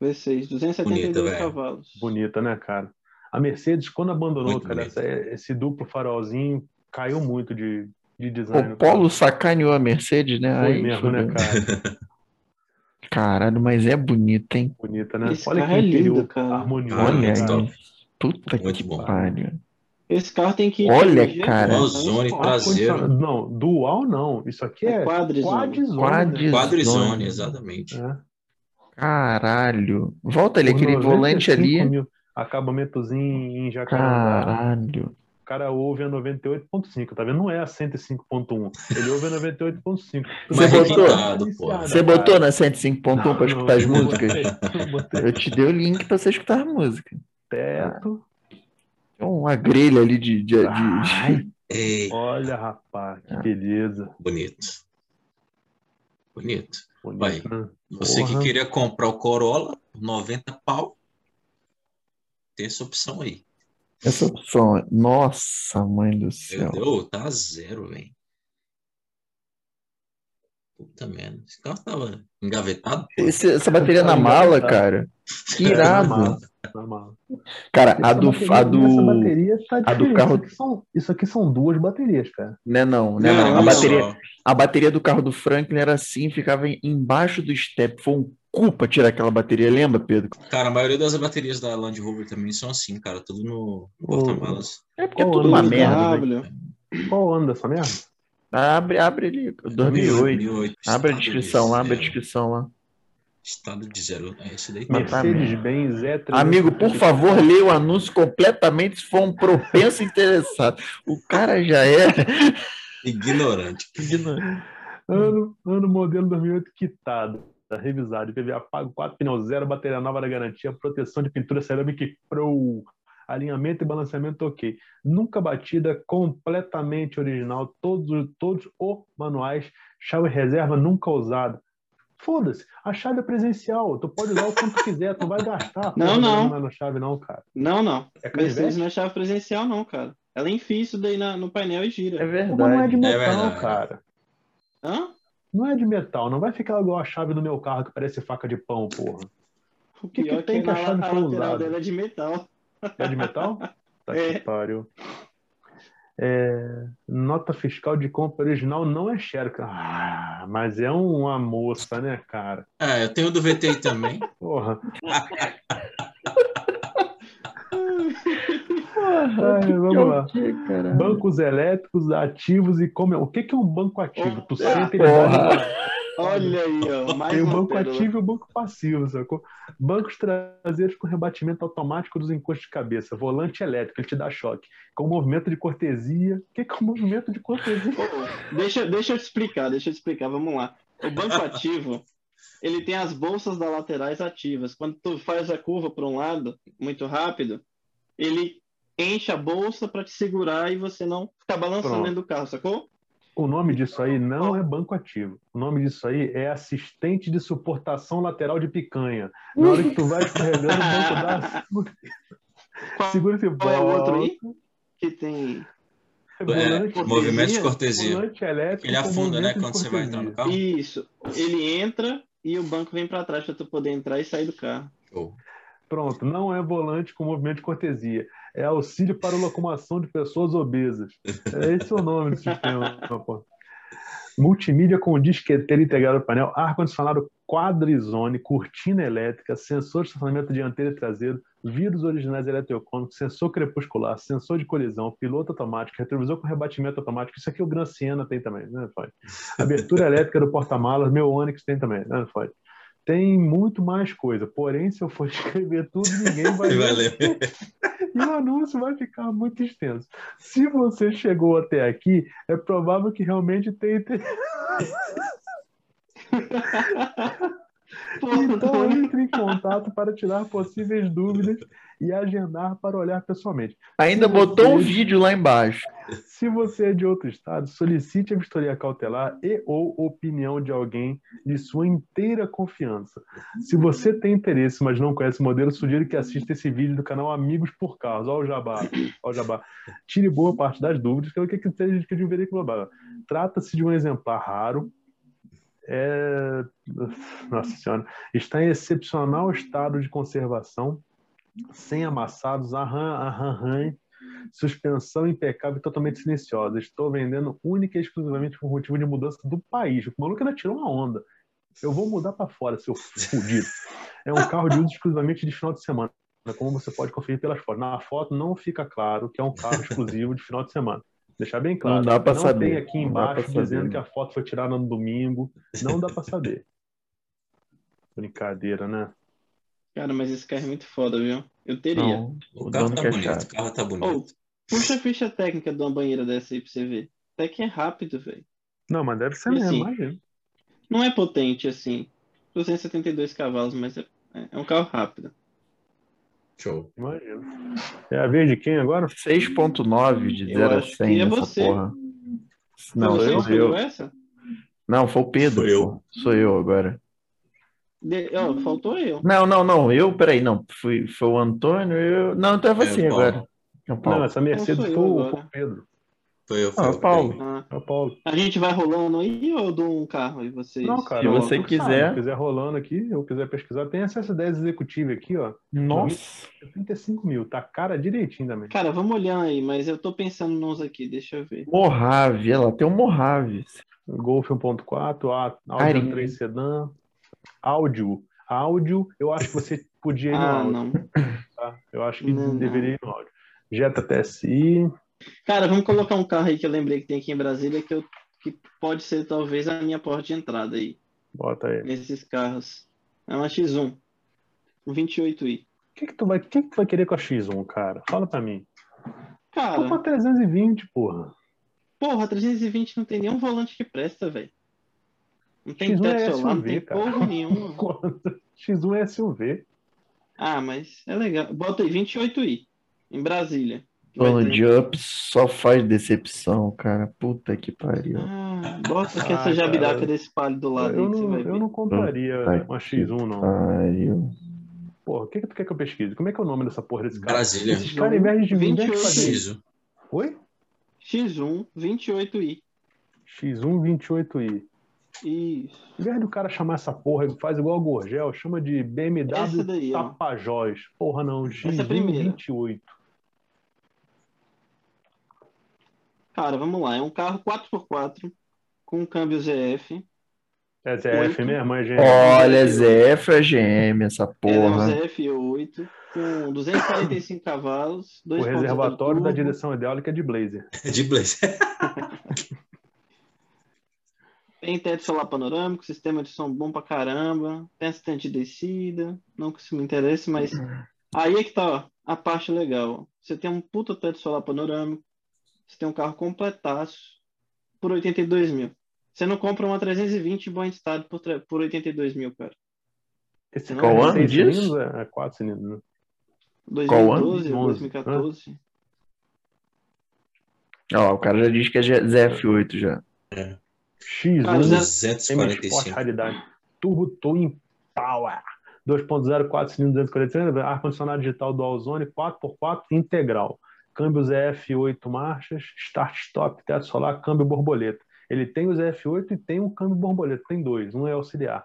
V6 272
Bonita, velho.
cavalos.
Bonita, né, cara? A Mercedes, quando abandonou,
Muito
cara,
bonita.
essa- esse duplo farolzinho caiu muito de, de design.
O Polo sacaneou a Mercedes, né?
Foi
Aí,
mesmo, né,
fudeu.
cara?
Caralho, mas é bonito, hein?
Bonita, né?
Esse
Olha que
carro é
interior
lindo, cara.
harmonioso.
Ah,
Olha
cara.
aí.
top.
Puta
Muito
que
bom.
pariu.
Esse carro tem que. né?
Olha,
tem que-
cara.
Ozone,
Ó,
prazer. Traseiro.
Condicionado- Não, dual não. Isso aqui é
É quadrizone.
quadzone.
Quadrizone.
Quadrizone, exatamente.
né?
Caralho. Volta
É.
ali, aquele
Por
volante
95
ali.
mil, acabamentozinho em jacarandá.
Caralho.
O cara ouve a 98.5, tá vendo? Não é a 105.1. Ele ouve a 98.5. Tu
Mas
vê
botou?
que tá
Repintado, pô.
viciado,
Você
cara.
botou na 105.1 pra escutar as
Não, não
músicas?
botei, não botei.
Eu te dei o link pra você escutar as músicas.
teto.
Tem uma grelha ali de. É de, de-
Ai,
Ei,
olha, rapaz, que
Ah.
beleza.
É, bonito. Bonito.
Bonito, né?
Você
Porra.
que queria comprar o Corolla, 90 pau, tem essa opção aí.
Essa opção. Nossa, mãe do
Meu
céu.
Deus, tá zero, velho. Puta merda. Esse carro tava engavetado?
Esse- essa bateria na
Tá
mala,
ligado, tá?
cara. Que
Na
irado.
mala, na mala.
Cara, a do.
tá Essa
A
bateria- essa
do...
bateria tá
do
diferente.
carro-
Isso aqui, são, isso aqui são duas baterias, cara.
Né, não, né, não.
Não,
A
não.
bateria,
Só.
A bateria do carro do Franklin era assim, ficava em- embaixo do step. Foi um cu pra tirar aquela bateria, lembra, Pedro?
Cara, a maioria das baterias da Land Rover também são assim, cara. Tudo no porta-malas.
É porque é
Ô,
tudo uma
Luiz,
merda. velho.
BMW.
Qual o ano dessa merda?
Abre, abre ali, 2008.
2008.
Abre a
Estado de
descrição lá, abre a
zero.
descrição lá.
Estado de zero. É esse daí.
Mas tá
Mercedes-Benz E300.
Amigo, por favor, lê o anúncio completamente se for um propenso interessado. O cara já é.
Ignorante.
Ano, ano modelo 2008 quitado. Tá Revisado, IPVA pago, 4 pneu zero, bateria nova da garantia, proteção de pintura cerâmica e pro, alinhamento e balanceamento ok. Nunca batida, completamente original, todos, os- todos os manuais, chave reserva nunca usada. Foda-se, a chave é presencial, tu pode usar o quanto quiser, tu vai gastar.
Não,
porra,
não.
Não é na chave não, cara.
Não, não.
É
Mercedes
canivete?
não é chave presencial, não, cara. Ela enfia isso daí na- no painel e gira.
É
Porra, Não é de
verdade.
metal,
verdade.
cara.
Hã?
Não é de metal, não vai ficar igual a chave do meu carro que parece faca de pão, porra.
O
que
pior é
tem
que,
que
na-
achar
a
no
lateral
pousado?
dela é de metal.
É de metal? Tá
É.
que pariu. É, nota fiscal de compra original não é Xerox. Ah, mas é uma moça, né, cara?
Ah, eu tenho do VTI também.
Porra.
Porra,
Ai,
que que
vamos
é o
lá.
quê, caralho?
Bancos elétricos, ativos e como. O que que é um banco ativo? Tu
Ah,
senta ele
é, porra.
vai-
Olha aí, né? ó. Mais
Tem o
uma
banco
pérola.
ativo e o banco passivo, sacou? Bancos traseiros com rebatimento automático dos encostos de cabeça, volante elétrico, ele te dá choque. Com movimento de cortesia. O que que é um movimento de cortesia?
Ô, Deixa, deixa eu te explicar, deixa eu te explicar, vamos lá. O banco ativo, ele tem as bolsas da laterais ativas. Quando tu faz a curva para um lado, muito rápido, ele enche a bolsa para te segurar e você não ficar balançando
Pronto.
dentro do carro, sacou?
O nome disso aí não é banco ativo. O nome disso aí é assistente de suportação lateral de picanha. Na hora que tu vai escorregando, o banco dá.
Qual-
Segura esse
Qual é o outro
banco.
aí? Que tem.
É, movimento de cortesia.
Volante elétrico.
Ele
com
afunda, né?
movimento de
Quando você vai entrar no
cortesia.
carro.
Isso. Ele entra e o banco vem para trás para tu poder entrar e sair do carro.
Show.
Pronto, não é volante com movimento de cortesia. É auxílio para locomoção de pessoas obesas. É esse é o nome do sistema. pô. Multimídia com disqueteira integrado ao painel, ar-condicionado quadrizone, cortina elétrica, sensor de estacionamento dianteiro e traseiro, vidros originais eletrocônicos, sensor crepuscular, sensor de colisão, piloto automático, retrovisor com rebatimento automático. Isso aqui o Gran Siena tem também, né, Fábio? Abertura elétrica do porta-malas, meu Onix tem também, né, Fábio? Tem muito mais coisa, porém, se eu for escrever tudo, ninguém vai
E
ler
Valeu.
e o anúncio vai ficar muito extenso. Se você chegou até aqui, é provável que realmente tenha interesse.
Pô,
Então entre em contato para tirar possíveis dúvidas e agendar para olhar pessoalmente.
Ainda botou um vídeo lá embaixo.
Se você é de outro estado, solicite a vistoria cautelar e ou opinião de alguém de sua inteira confiança. Se você tem interesse, mas não conhece o modelo, sugiro que assista esse vídeo do canal Amigos por Carros. Olha o jabá. Ó o jabá. Tire boa parte das dúvidas, que é o que que seja de um veículo global. Trata-se de um exemplar raro. É... Nossa Senhora. Está em excepcional estado de conservação, sem amassados, arran, arran, arran, suspensão impecável e totalmente silenciosa. Estou vendendo única e exclusivamente por motivo de mudança do país. O maluco ainda tirou uma onda. Eu vou mudar para fora, seu fudido. É um carro de uso exclusivamente de final de semana, como você pode conferir pelas fotos. Na foto não fica claro que é um carro exclusivo de final de semana. Deixar bem claro.
Não dá pra
não
saber.
tem aqui
Não dá pra
embaixo
saber,
dizendo
né?
que a foto foi tirada no domingo. Não dá para saber. Brincadeira, né?
Cara, mas esse carro é muito foda, viu? Eu teria.
Não,
O
o
carro
dono
tá
quer
bonito.
chato.
O carro tá
Ou,
bonito.
puxa a ficha técnica de uma banheira dessa aí pra você ver. Até que é rápido, velho.
Não, mas deve ser
E
mesmo,
sim.
imagina.
Não é potente assim. 272 cavalos, mas é, é um carro rápido.
Show.
Imagina. É a vez de quem agora?
6.9 de
Eu
0 a
acho que
100
é
nessa
você.
porra. Não,
Foi você
eu,
que escolheu
eu.
essa?
Não, foi o Pedro.
Sou eu.
pô. Sou eu agora.
De- ó, faltou eu.
Não, não, não. Eu, peraí, não. Fui, foi o Antônio, eu. Não, então é você
É o Paulo.
agora. É o Paulo.
Não, essa Mercedes
Não
foi
sou eu
o
agora.
foi o Pedro.
Foi eu, foi
Ah,
eu.
Paulo.
Pedro.
Ah,
É o Paulo.
a gente vai rolando aí ou eu dou um carro e vocês?
Não, cara.
Se você
eu- eu-
quiser.
Se quiser rolando aqui, eu quiser pesquisar, tem essa S10 executiva aqui, ó.
Nossa.
35 mil, tá cara direitinho também.
Cara, vamos olhar aí, mas eu tô pensando nos aqui, deixa eu ver.
Morrave, ela tem um Morrave.
Golf 1.4, a Audi
Carinho.
3 Sedan, áudio. Áudio, eu acho que você podia ir no
Ah,
áudio,
não.
tá? Eu acho que
Não, não.
deveria ir no áudio. Jetta TSI,
Cara, vamos colocar um carro aí que eu lembrei que tem aqui em Brasília que, eu, que pode ser talvez a minha porta de entrada aí,
bota aí.
nesses carros. É uma X1. Um 28i.
O que que tu vai, o que que tu vai querer com a X1, cara? Fala pra mim. Tô com a
Cara,
320, porra.
porra, 320 não tem nenhum volante que presta, velho. Não tem
X1 é
teto solar, não
SUV,
tem
cara.
porra nenhuma.
X1 é SUV.
Ah, mas é legal. Bota aí 28i, em Brasília. Que vai
Dono
ter-
de Up só faz decepção, cara. Puta que pariu.
Ah, bota que
Ah,
essa jabiraca
cara.
desse palho do lado
Eu
aí que você
não,
vai ver.
eu não compraria
Puta
uma
que
X1, não.
Pariu.
Porra, o que, que tu quer que eu pesquise? Como é que é o nome dessa porra desse cara?
Brasília.
Esses caras invés de mim, onde é que
28.
fazem?
X1.
Oi?
X1, 28i.
X1 28i.
Isso.
Em vez do cara chamar essa porra, ele faz igual o Gorgel, chama de BMW
Essa É daí, ó.
Tapajós. Porra, não,
é a
X1
primeira.
28.
Cara, vamos lá. É um carro 4x4 com câmbio ZF.
É ZF
Oito.
mesmo, é gente?
Olha, Zé foi a GM, essa
Ela é um
porra.
ZF8 com 245 cavalos.
O
2.0
reservatório da
turbo.
direção hidráulica é de Blazer.
É de Blazer.
Tem teto solar panorâmico, sistema de som bom pra caramba. Tem assistente de descida. Não que isso me interesse, mas aí é que tá ó, a parte legal. Você tem um puta teto solar panorâmico. Você tem um carro completaço por 82 mil. Você não compra uma 320 em bom estado por, tre- por 82 mil, cara.
Esse
Qual
cara é
ano
seis
disso?
cilindros, É é quatro cilindros, né?
2012
Qual
ou
ano?
2014.
Ó, o cara já diz que é Zé F8 já.
Cara,
X1
zero-
45.
245.
Raridade. Turbo Twin Power. 2.0, 4 cilindros, 243, ar-condicionado digital dual zone, 4x4 integral. Câmbio ZF8 marchas, start-stop, teto solar, câmbio borboleta. Ele tem o ZF8 e tem um câmbio borboleta, tem dois, um é auxiliar.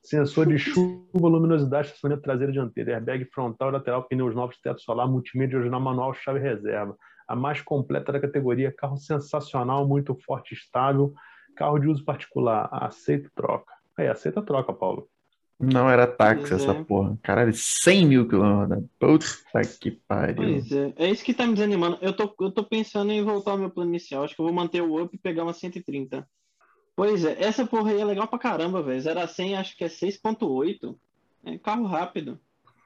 Sensor de chuva, luminosidade, estacionamento traseiro e dianteiro, airbag frontal e lateral, pneus novos, teto solar, multimídia original, manual, chave reserva. A mais completa da categoria, carro sensacional, muito forte, estável, carro de uso particular, aceita troca. É, aceita troca, Paulo.
Não era táxi
Pois
essa
é.
porra. Caralho, 100 mil quilômetros. Puta que pariu.
Pois é, é isso que tá me desanimando. Eu tô, eu tô pensando em voltar ao meu plano inicial. Acho que eu vou manter o up e pegar uma 130. Pois é, essa porra aí é legal pra caramba, velho. 0 a 100 acho que é 6.8. É carro rápido.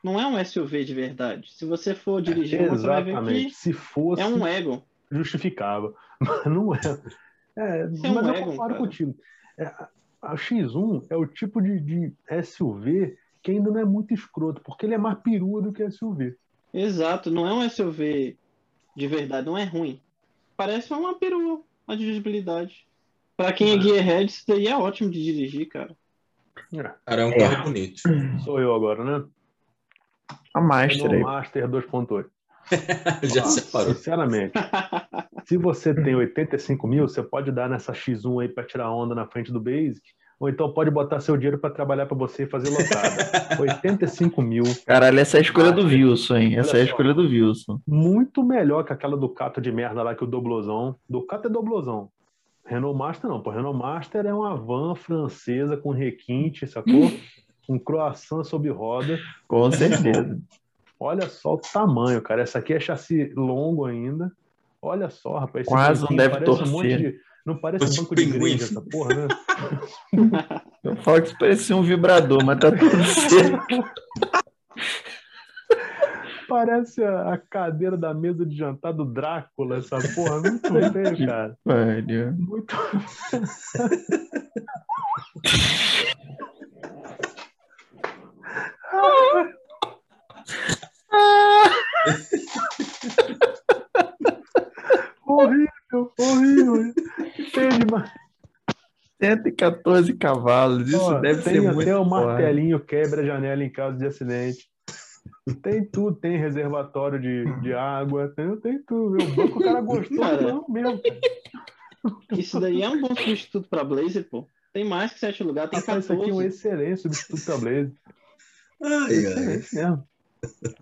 Não é um SUV de verdade. Se você for dirigir, você vai ver
Exatamente.
que
Se fosse,
é um ego.
justificava. Mas não é. É,
Isso é um
mas eu
ego,
concordo
cara.
contigo. É, a- a X1 é o tipo de, de SUV que ainda não é muito escroto, porque ele é mais perua do que SUV.
Exato, não é um SUV de verdade, não é ruim. Parece uma perua, uma dirigibilidade. Pra quem é gearhead, isso daí é ótimo de dirigir, cara.
É,
Cara, é um carro bonito.
sou eu agora, né?
A
Renault
Master aí.
Master 2.8.
Já
Ah,
separou.
Sinceramente, se você tem 85 mil, você pode dar nessa X1 aí para tirar onda na frente do Basic, ou então pode botar seu dinheiro para trabalhar para você e fazer lotada. 85 mil,
Caralho, essa é a escolha do Wilson, hein? Essa é a
Olha só.
escolha do Wilson.
muito melhor que aquela Ducato de merda lá que o Doblozão. Ducato é Doblozão. Renault Master não, pô. Renault Master é uma van francesa com requinte, sacou? Um croissant sob roda.
Com certeza.
Olha só o tamanho, cara. Essa aqui é chassi longo ainda. Olha só, rapaz. esse
Quase
banquinho
não deve
parece um
torcer.
monte de- Não parece
Monte de
um banco de
pinguim.
igreja essa porra, né?
Eu falo que isso parecia um vibrador, mas tá tudo certo.
Parece a a cadeira da mesa de jantar do Drácula, essa porra. Muito feio, cara.
Velho.
Muito. horrível, horrível. Que pena demais.
114 cavalos, isso
Ó,
deve
tem
ser
até um
muito
o
forte.
martelinho quebra a janela em caso de acidente. Tem tudo, tem reservatório de, de água, tem, tem tudo. O banco o cara gostou,
Cara.
não mesmo.
é
Isso daí é um bom substituto pra Blazer, pô. Tem mais que sete lugar, tem
Rapaz, Isso
14.
aqui é um excelente substituto da Blaze.
Ai,
É.
ai,
Excelente É mesmo.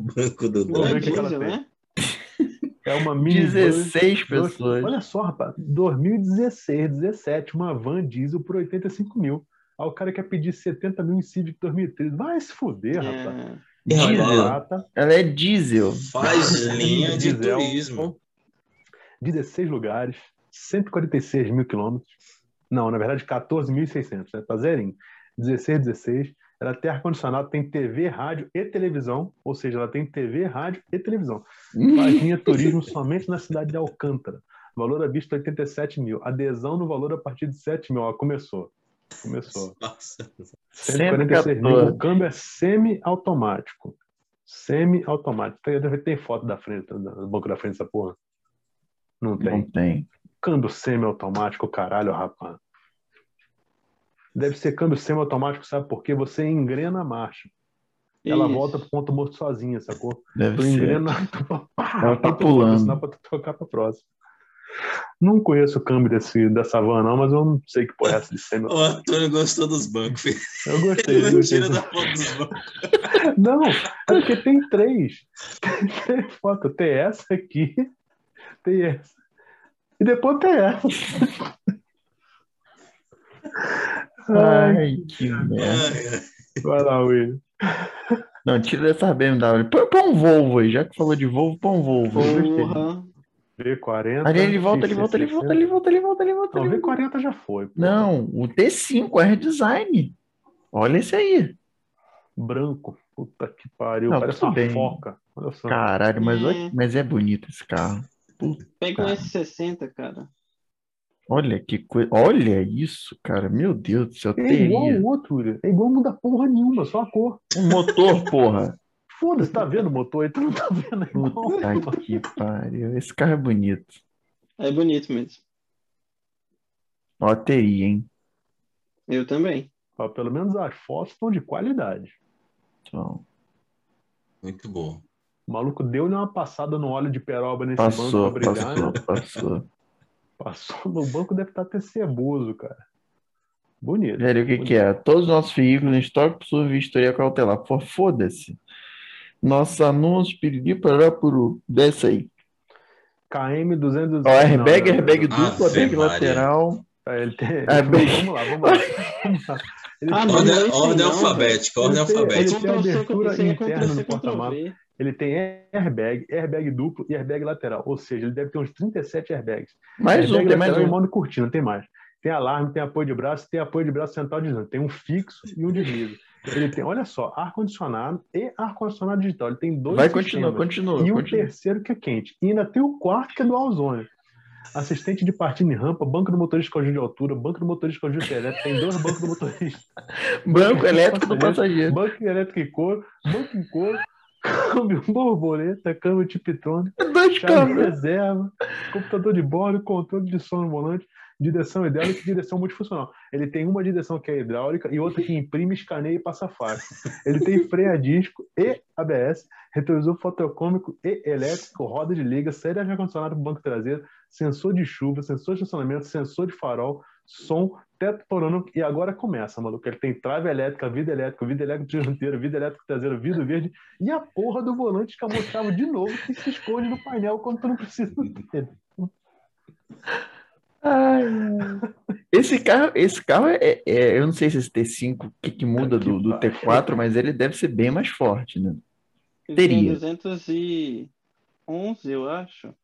banco do
Vamos ver
Não é
o
dono.
que que ela
diesel,
tem.
né?
É uma mini. Buzz.
16
dois-
pessoas.
Olha só, rapaz, 2016, 17, uma van diesel por 85 mil. Aí o cara quer pedir 70 mil em Civic 2013. Vai se fuder, rapaz.
É,
Olha lá,
Barata,
Ela é diesel.
Faz linha de
Diesel.
turismo.
16 lugares, 146 mil quilômetros. Não, na verdade, 14.600, né? Tá zerinho. 16, 16. Ela tem ar-condicionado, tem TV, rádio e televisão. Ou seja, ela tem TV, rádio e televisão. Vaginha Turismo somente na cidade de Alcântara. Valor à vista 87 mil. Adesão no valor a partir de 7 mil. Ó, começou. Começou.
Nossa,
146 mil.
114.
O câmbio é semi-automático. Semi-automático. Tem, tem foto da frente, da- do banco da frente dessa porra? Não tem.
Não tem.
Câmbio semi-automático, caralho, rapaz. Deve ser câmbio semi-automático, sabe por quê? Você engrena a marcha. Ela
isso.
volta pro ponto morto sozinha, sacou?
Deve
Tu
ser.
engrena, tu pá,
Ela tá
tu
pulando.
Sinal pra tu tocar pra próxima. Não conheço o câmbio desse, dessa van, não, mas eu não sei que porra é essa de semi.
o Antônio gostou dos bancos. filho.
Eu gostei.
Ele
eu
não
gostei.
tira da foto dos bancos.
Não, é porque tem três. Tem três fotos. Tem essa aqui, tem essa. E depois tem essa. Ai,
Ai, que merda.
Ai, ai.
vai lá, Will.
Não, tira essa BMW. Põe, põe um Volvo aí, já que falou de Volvo, põe um Volvo.
Porra.
V40.
Ali ele volta, ele volta, ele volta, ele volta, ele volta, ele volta.
Não,
ele volta.
V40 já foi. pô.
Não, o T5 é design. Olha esse aí.
Branco. Puta que pariu.
Não,
Parece
tudo
uma
bem.
foca. Olha só.
Caralho, mas, olha-
É.
mas é bonito esse carro.
Pega um
Cara.
S60, cara.
Olha que coisa. Olha isso, cara. Meu Deus do céu,
É igual
teria.
o outro, William. É igual muda porra nenhuma, só a cor.
Um motor, porra.
Foda-se, tá vendo o motor aí? Tu não tá vendo aí, não.
Puta que pariu. Esse carro é bonito.
É bonito mesmo.
Ó, TI, hein?
Eu também.
Ó, Pelo menos as fotos estão de qualidade.
Então,
Muito bom.
O maluco deu-lhe uma passada no óleo de peroba nesse
passou,
banco pra brigar,
passou,
né?
passou.
Passou no banco, deve estar até ceboso, cara. Bonito.
Velho, o que que é? Todos os nossos veículos em estoque possuem vistoria cautelar. Pô, foda-se. Nosso anúncio, piriri, parará, puru. Desce aí.
KM 200.
Ó, airbag, airbag É,
não.
Ah,
duplo,
Ave
airbag
Maria.
lateral.
É, Ele tem...
Airbag.
Vamos lá, vamos lá. Vamos lá. Ele,
Ah, não,
Ordem,
é isso aí,
ordem
não,
alfabética, ordem
Ele tem-
alfabética.
Ele tem abertura
Ctrl+C,
interna
Ctrl+C,
no porta-malas.
Ctrl+V.
ele tem airbag, airbag duplo e airbag lateral. Ou seja, ele deve ter uns 37 airbags.
Mais um,
Airbag
tem mais
lateral e
um.
mano cortina, tem mais. Tem alarme, tem apoio de braço, tem apoio de braço central deslizante. Tem um fixo e um deslize. Ele tem, olha só, ar-condicionado e ar-condicionado digital. Ele tem dois
Vai, continua,
sistemas.
continua,
E um
continua.
terceiro que é quente. E ainda tem o quarto que é do Alzone. Assistente de partida em rampa, banco do motorista com ajuda de altura, banco do motorista com ajuda de elétrico, tem dois bancos do motorista.
Banco elétrico do passageiro.
Banco elétrico em couro, banco em couro, câmbio borboleta, câmbio tiptronic,
Dois
chave de
câmeras.
reserva, computador de bordo, controle de som no volante, direção hidráulica e direção multifuncional. Ele tem uma direção que é hidráulica e outra que imprime, escaneia e passa faixa. Ele tem freio a disco e ABS, retrovisor fotocômico e elétrico, roda de liga, série de ar-condicionado pro banco traseiro, sensor de chuva, sensor de estacionamento, sensor de farol, som, teto panorâmico e agora começa, maluco. Ele tem trave elétrica, vida elétrica, vida elétrica dianteira, vida elétrica traseira, vidro verde e a porra do volante camuflado de novo que se esconde no painel quando tu não precisa dele.
Ai, ai. esse carro, esse carro é, é- eu não sei se esse T5, o que, que muda do, do
Que
T4, mas ele deve ser bem mais forte, né?
Ele tem
Teria.
211, eu acho.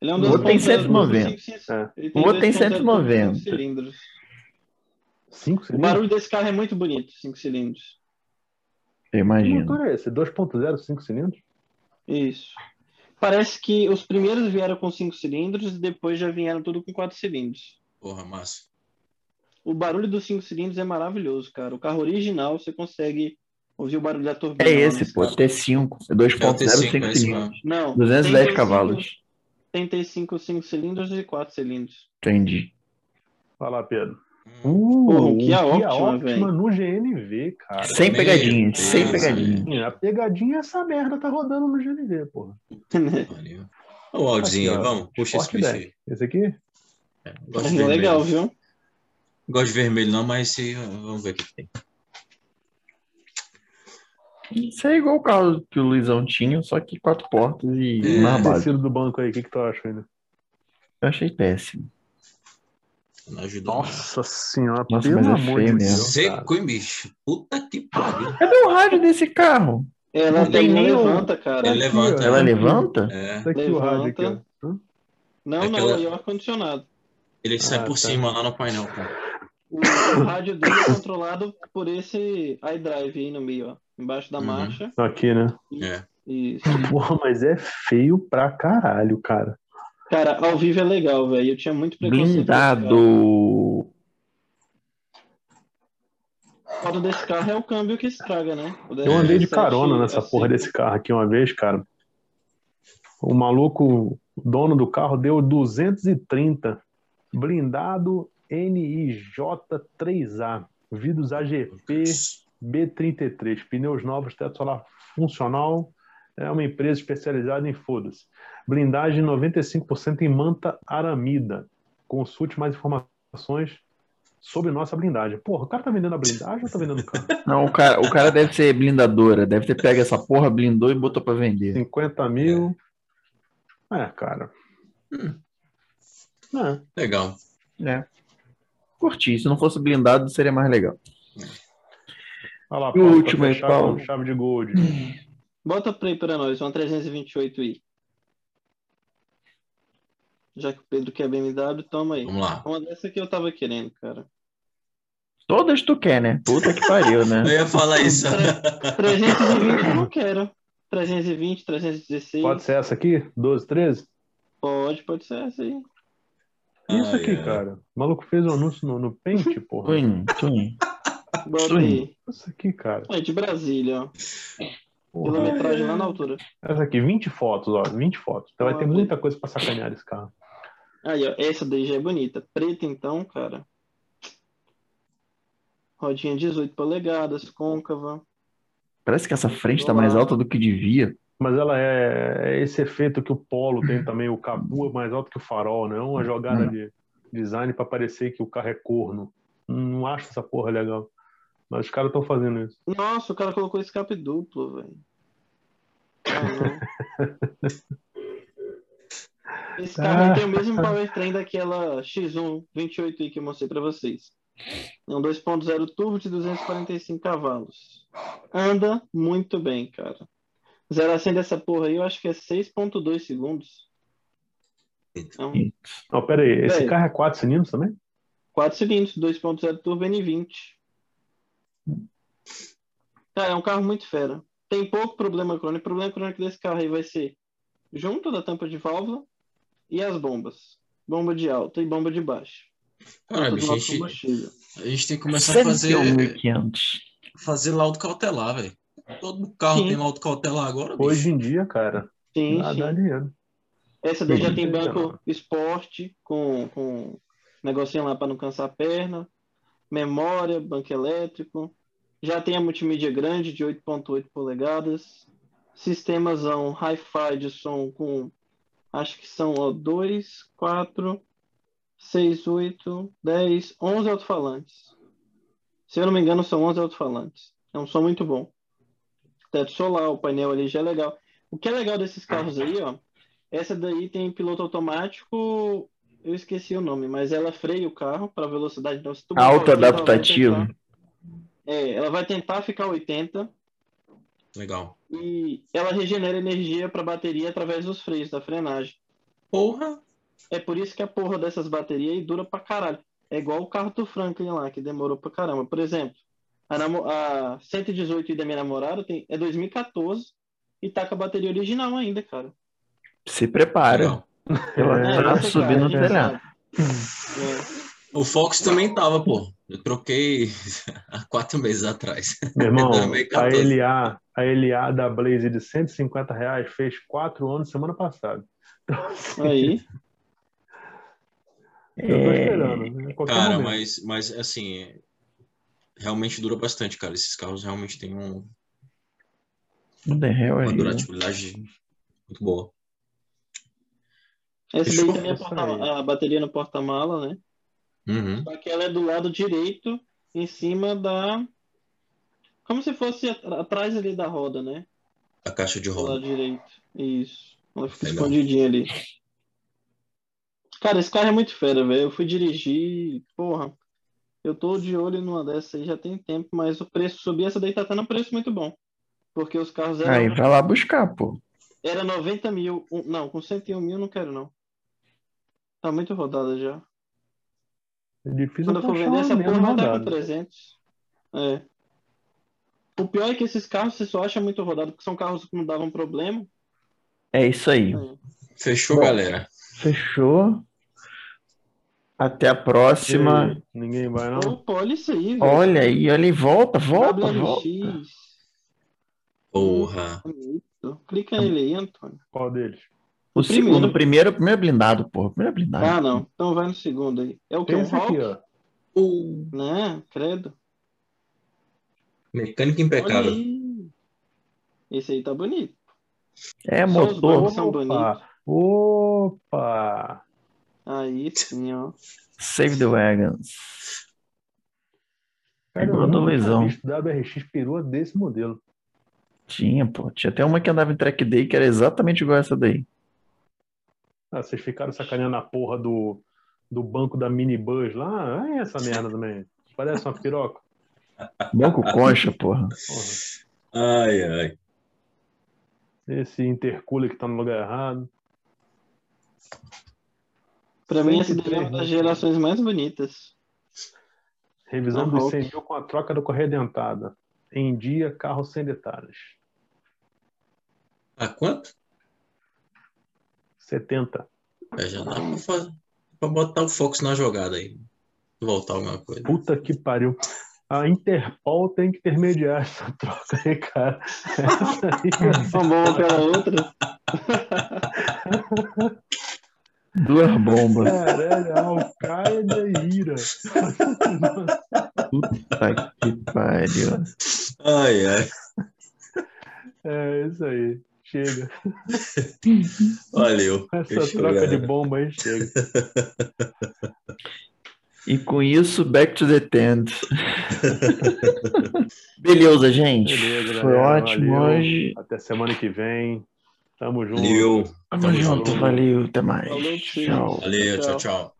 Ele é um
O outro tem
190.
2.5,
É.
ele
O outro tem
2.0,
190.
cinco cilindros.
Cinco
O
cilindros?
barulho desse carro é muito bonito, 5 cilindros.
Eu
Que
imagino.
motor é esse? 2.0, 5 cilindros?
Isso. Parece que os primeiros vieram com 5 cilindros e depois já vieram tudo com 4 cilindros.
Porra, Márcio.
O barulho dos 5 cilindros é maravilhoso, cara. O carro original você consegue ouvir o barulho da turbina. né?
É esse,
nesse
pô,
carro.
T5, é 2.0,
É o T5,
5
é esse
cilindros,
mesmo.
Não. tem
210
dois
cavalos.
75 5 cilindros e 4 cilindros.
Entendi.
Vai lá, Pedro.
Hum,
Porra, o
que
Kia
é
Optima, velho.
no GNV, cara.
Sem
Meu
pegadinha,
Deus,
sem pegadinha.
Sim, A pegadinha é essa merda tá rodando no GNV, porra.
que pariu. Hum, Olha o áudiozinho,
Aqui, Assim, ó.
vamos, puxa esse
Forte
bicho aí.
ideia. Esse aqui?
É, Gosto de
É legal,
vermelho.
viu?
Gosto de vermelho não, mas esse, vamos ver o que tem.
Isso é igual o carro que o Luizão tinha, só que quatro portas e
É,
uma
Esse
base.
tecido do banco aí, o que, que tu acha ainda?
Eu achei péssimo.
Não ajudou.
Nossa senhora,
Nossa,
pelo
mas é
amor de
feio
nada.
mesmo.
Deus. cara.
Seco, hein, bicho? Puta que pariu.
Cadê o um rádio desse carro?
É, Ela
Não
até
tem
não
nem o-
levanta, cara.
Ele levanta.
Ela levanta?
É,
Tá aqui o rádio aqui, ó.
Levanta. Não,
É
não,
aquela-
é o ar-condicionado.
ele sai
Ah,
por
tá.
cima lá no painel, cara.
O, o rádio dele é controlado por esse iDrive aí no meio, ó. Embaixo da
Uhum.
marcha.
Aqui, né?
É.
Isso.
Porra, mas é feio pra caralho, cara.
Cara, ao vivo é legal, velho. Eu tinha muito preconceito. com
Blindado.
esse carro. O foda desse carro é o câmbio que estraga, né? O
Eu andei de
DSR7
carona nessa
assim.
porra desse carro aqui uma vez, cara. O maluco, o dono do carro, deu 230. Blindado NIJ3A. Vidros AGP B33. Pneus novos, teto solar funcional. É uma empresa especializada em foda-se. Blindagem 95% em manta aramida. Consulte mais informações sobre nossa blindagem. Porra, o cara tá vendendo a blindagem ou tá vendendo o carro?
Não, o cara, o cara deve ser blindadora. Deve ter pego essa porra, blindou e botou pra vender.
50 mil. É, cara.
Hum.
É.
Legal.
É. Curti. Se não fosse blindado, seria mais legal.
Olha lá,
E o último então?
pra
aí,
fechar
Paulo?
com Chave de gold.
Bota pra aí pra nós, uma 328i. Já que o Pedro quer BMW, toma aí.
Vamos lá.
Uma dessa que eu tava querendo, cara.
Todas tu quer, né? Puta que pariu,
Eu
né?
ia falar isso.
320 eu não quero. 320, 316.
Pode ser essa aqui? 12, 13?
Pode, pode ser essa aí.
Isso
Ah,
aqui,
é.
cara. O maluco fez um anúncio no, no Paint, porra.
Twin, twin.
Bota
Sim.
aí.
Isso aqui, cara.
É de Brasília, ó.
Porra.
Quilometragem lá na altura.
Essa aqui, 20 fotos, ó. 20 fotos. Então vai ter muita coisa pra sacanear esse carro.
Aí, ó. Essa daí já é bonita. Preta, então, cara. Rodinha 18 polegadas, côncava.
Parece que essa frente tá mais alta do que devia.
Mas ela é, é esse efeito que o Polo tem também. O capu é mais alto que o farol, né? É uma jogada
Hum.
de design pra parecer que o carro é corno. Não acho essa porra legal. Mas os caras estão fazendo isso.
Nossa, o cara colocou escape duplo, velho. Ah, não. Esse carro tem o mesmo powertrain daquela X1 28i que eu mostrei pra vocês. É um 2.0 turbo de 245 cavalos. Anda muito bem, cara. 0 a 100 dessa porra aí, eu acho que é 6.2 segundos. É um
Não, pera aí. Esse
Véi.
carro é 4 cilindros também?
4 cilindros, 2.0 turbo N20. Cara, é um carro muito fera. Tem pouco problema crônico. O problema crônico desse carro aí vai ser junto da tampa de válvula e as bombas. Bomba de alta e bomba de baixo.
Cara,
Tudo
bicho, a
nosso
gente,
combustível.
a gente tem que começar a fazer,
1.500.
fazer laudo cautelar, velho. Todo carro
Sim.
tem laudo cautelar agora, bicho.
Hoje em dia, cara, né?
Sim,
dá, dá
sim.
dinheiro.
Essa daí já
Sim.
tem banco esporte com, com negocinho lá para não cansar a perna, memória, banco elétrico. Já tem a multimídia grande de 8.8 polegadas, sistemazão hi-fi de som com acho que são ó, 2, 4, 6, 8, 10, 11 alto-falantes. Se eu não me engano, são 11 alto-falantes. É um som muito bom. Teto solar, o painel ali já é legal. O que é legal desses carros aí, ó, essa daí tem piloto automático, eu esqueci o nome, mas ela freia o carro para velocidade. Então, se tu botar 80, ela vai
Auto-adaptativo.
tentar- É, ela vai tentar ficar 80
Legal.
e ela regenera energia para a bateria através dos freios da frenagem.
Porra.
É por isso que a porra dessas baterias aí dura pra caralho. É igual o carro do Franklin lá, que demorou pra caramba. Por exemplo, a, namo- a 118 da minha namorada tem... é 2014 e tá com a bateria original ainda, cara.
Se prepara.
Legal.
Ela
É,
tá
essa, cara,
subindo
a
no
gente
telhado.
sabe.
O Fox também tava, pô. Eu troquei há quatro meses atrás.
Meu irmão,
Também
a
14.
LA, a LA da Blaze de 150 reais fez 4 anos semana passada. Então, assim,
É, Aí,
eu tô
É.
esperando. Né? Qualquer
Cara,
momento.
mas, mas assim, realmente dura bastante, cara. Esses carros realmente têm um-
What the hell é
uma
isso?
durabilidade muito boa.
esse
Fechou?
daí também é porta-
Isso aí.
a bateria no porta-mala, né?
Uhum.
Só que ela é do lado direito, em cima da. Como se fosse atra- atrás ali da roda, né?
A caixa de
Do lado
roda.
direito. Isso. Ela fica
Legal.
escondidinha ali. Cara, esse carro é muito fera, velho. Eu fui dirigir. Porra. Eu tô de olho numa dessa aí já tem tempo, mas o preço subir, essa daí tá tendo um preço muito bom. Porque os carros eram
Aí vai lá buscar, pô.
Era 90 mil. Um- Não, com 101 mil não quero, não. Tá muito rodada já.
É difícil
Quando eu for
puxar
vender
uma
essa porra,
menos
vai dar com
rodada.
300. É. O pior é que esses carros você só acha muito rodado, porque são carros que não davam problema.
É isso aí.
Fechou,
Bom.
galera.
Fechou. Até a próxima.
E aí, Ninguém vai, não?
Opa, olha isso É. aí, velho.
Olha aí, olha aí, volta, volta, volta.
WLX.
Porra.
Bonito. Clica nele aí, Antônio.
Qual deles?
O
Primeiro.
segundo, o primeiro, o primeiro blindado, porra. o Primeiro blindado.
Ah, não. Então vai no segundo aí. É o que?
Tá. Tem
Um
esse aqui,
Hawk?
ó.
Uh,
Né? Credo.
Mecânica
Olha
impecável.
aí. Esse aí tá bonito.
É
Só os
motor.
dois são bonitos.
Opa!
Aí sim, ó.
Save the Wagons.
Cara,
Igual a do
nunca
Luizão.
tinha visto WRX perua desse modelo.
Tinha, pô. Tinha até uma que andava em track day que era exatamente igual essa daí.
Ah, vocês ficaram sacaneando a porra do, do banco da minibus lá? É essa merda também. Parece uma piroca.
Banco concha, porra.
Porra.
Ai, ai.
Esse intercooler que tá no lugar errado.
Pra mim, essa
103,
daí é uma das
né?
gerações mais bonitas.
Revisão
Ah,
dos
ok.
100 mil com a troca do correia dentada. Em dia, carro sem detalhes.
A quanto?
70.
É, já dá pra, fazer, pra botar o Fox na jogada aí. Voltar alguma coisa.
Puta que pariu. A Interpol tem que intermediar essa troca aí, cara. Essa aí,
Uma bomba pela outra.
Duas
é,
bombas.
caralho, a Al-Qaeda e Ira.
Puta Tá que pariu.
Ai, ai.
É isso aí. Chega.
Valeu.
Essa
Fechou,
troca
galera.
de bomba aí chega.
E com isso, back to the tent. Beleza, gente.
Beleza,
Foi
galera,
ótimo
valeu.
hoje.
Até semana que vem. Tamo junto.
Valeu.
Tamo
Tamo
junto,
junto.
valeu, até mais.
Falou pra vocês.
Tchau.
Valeu, tchau,
Tchau.
tchau.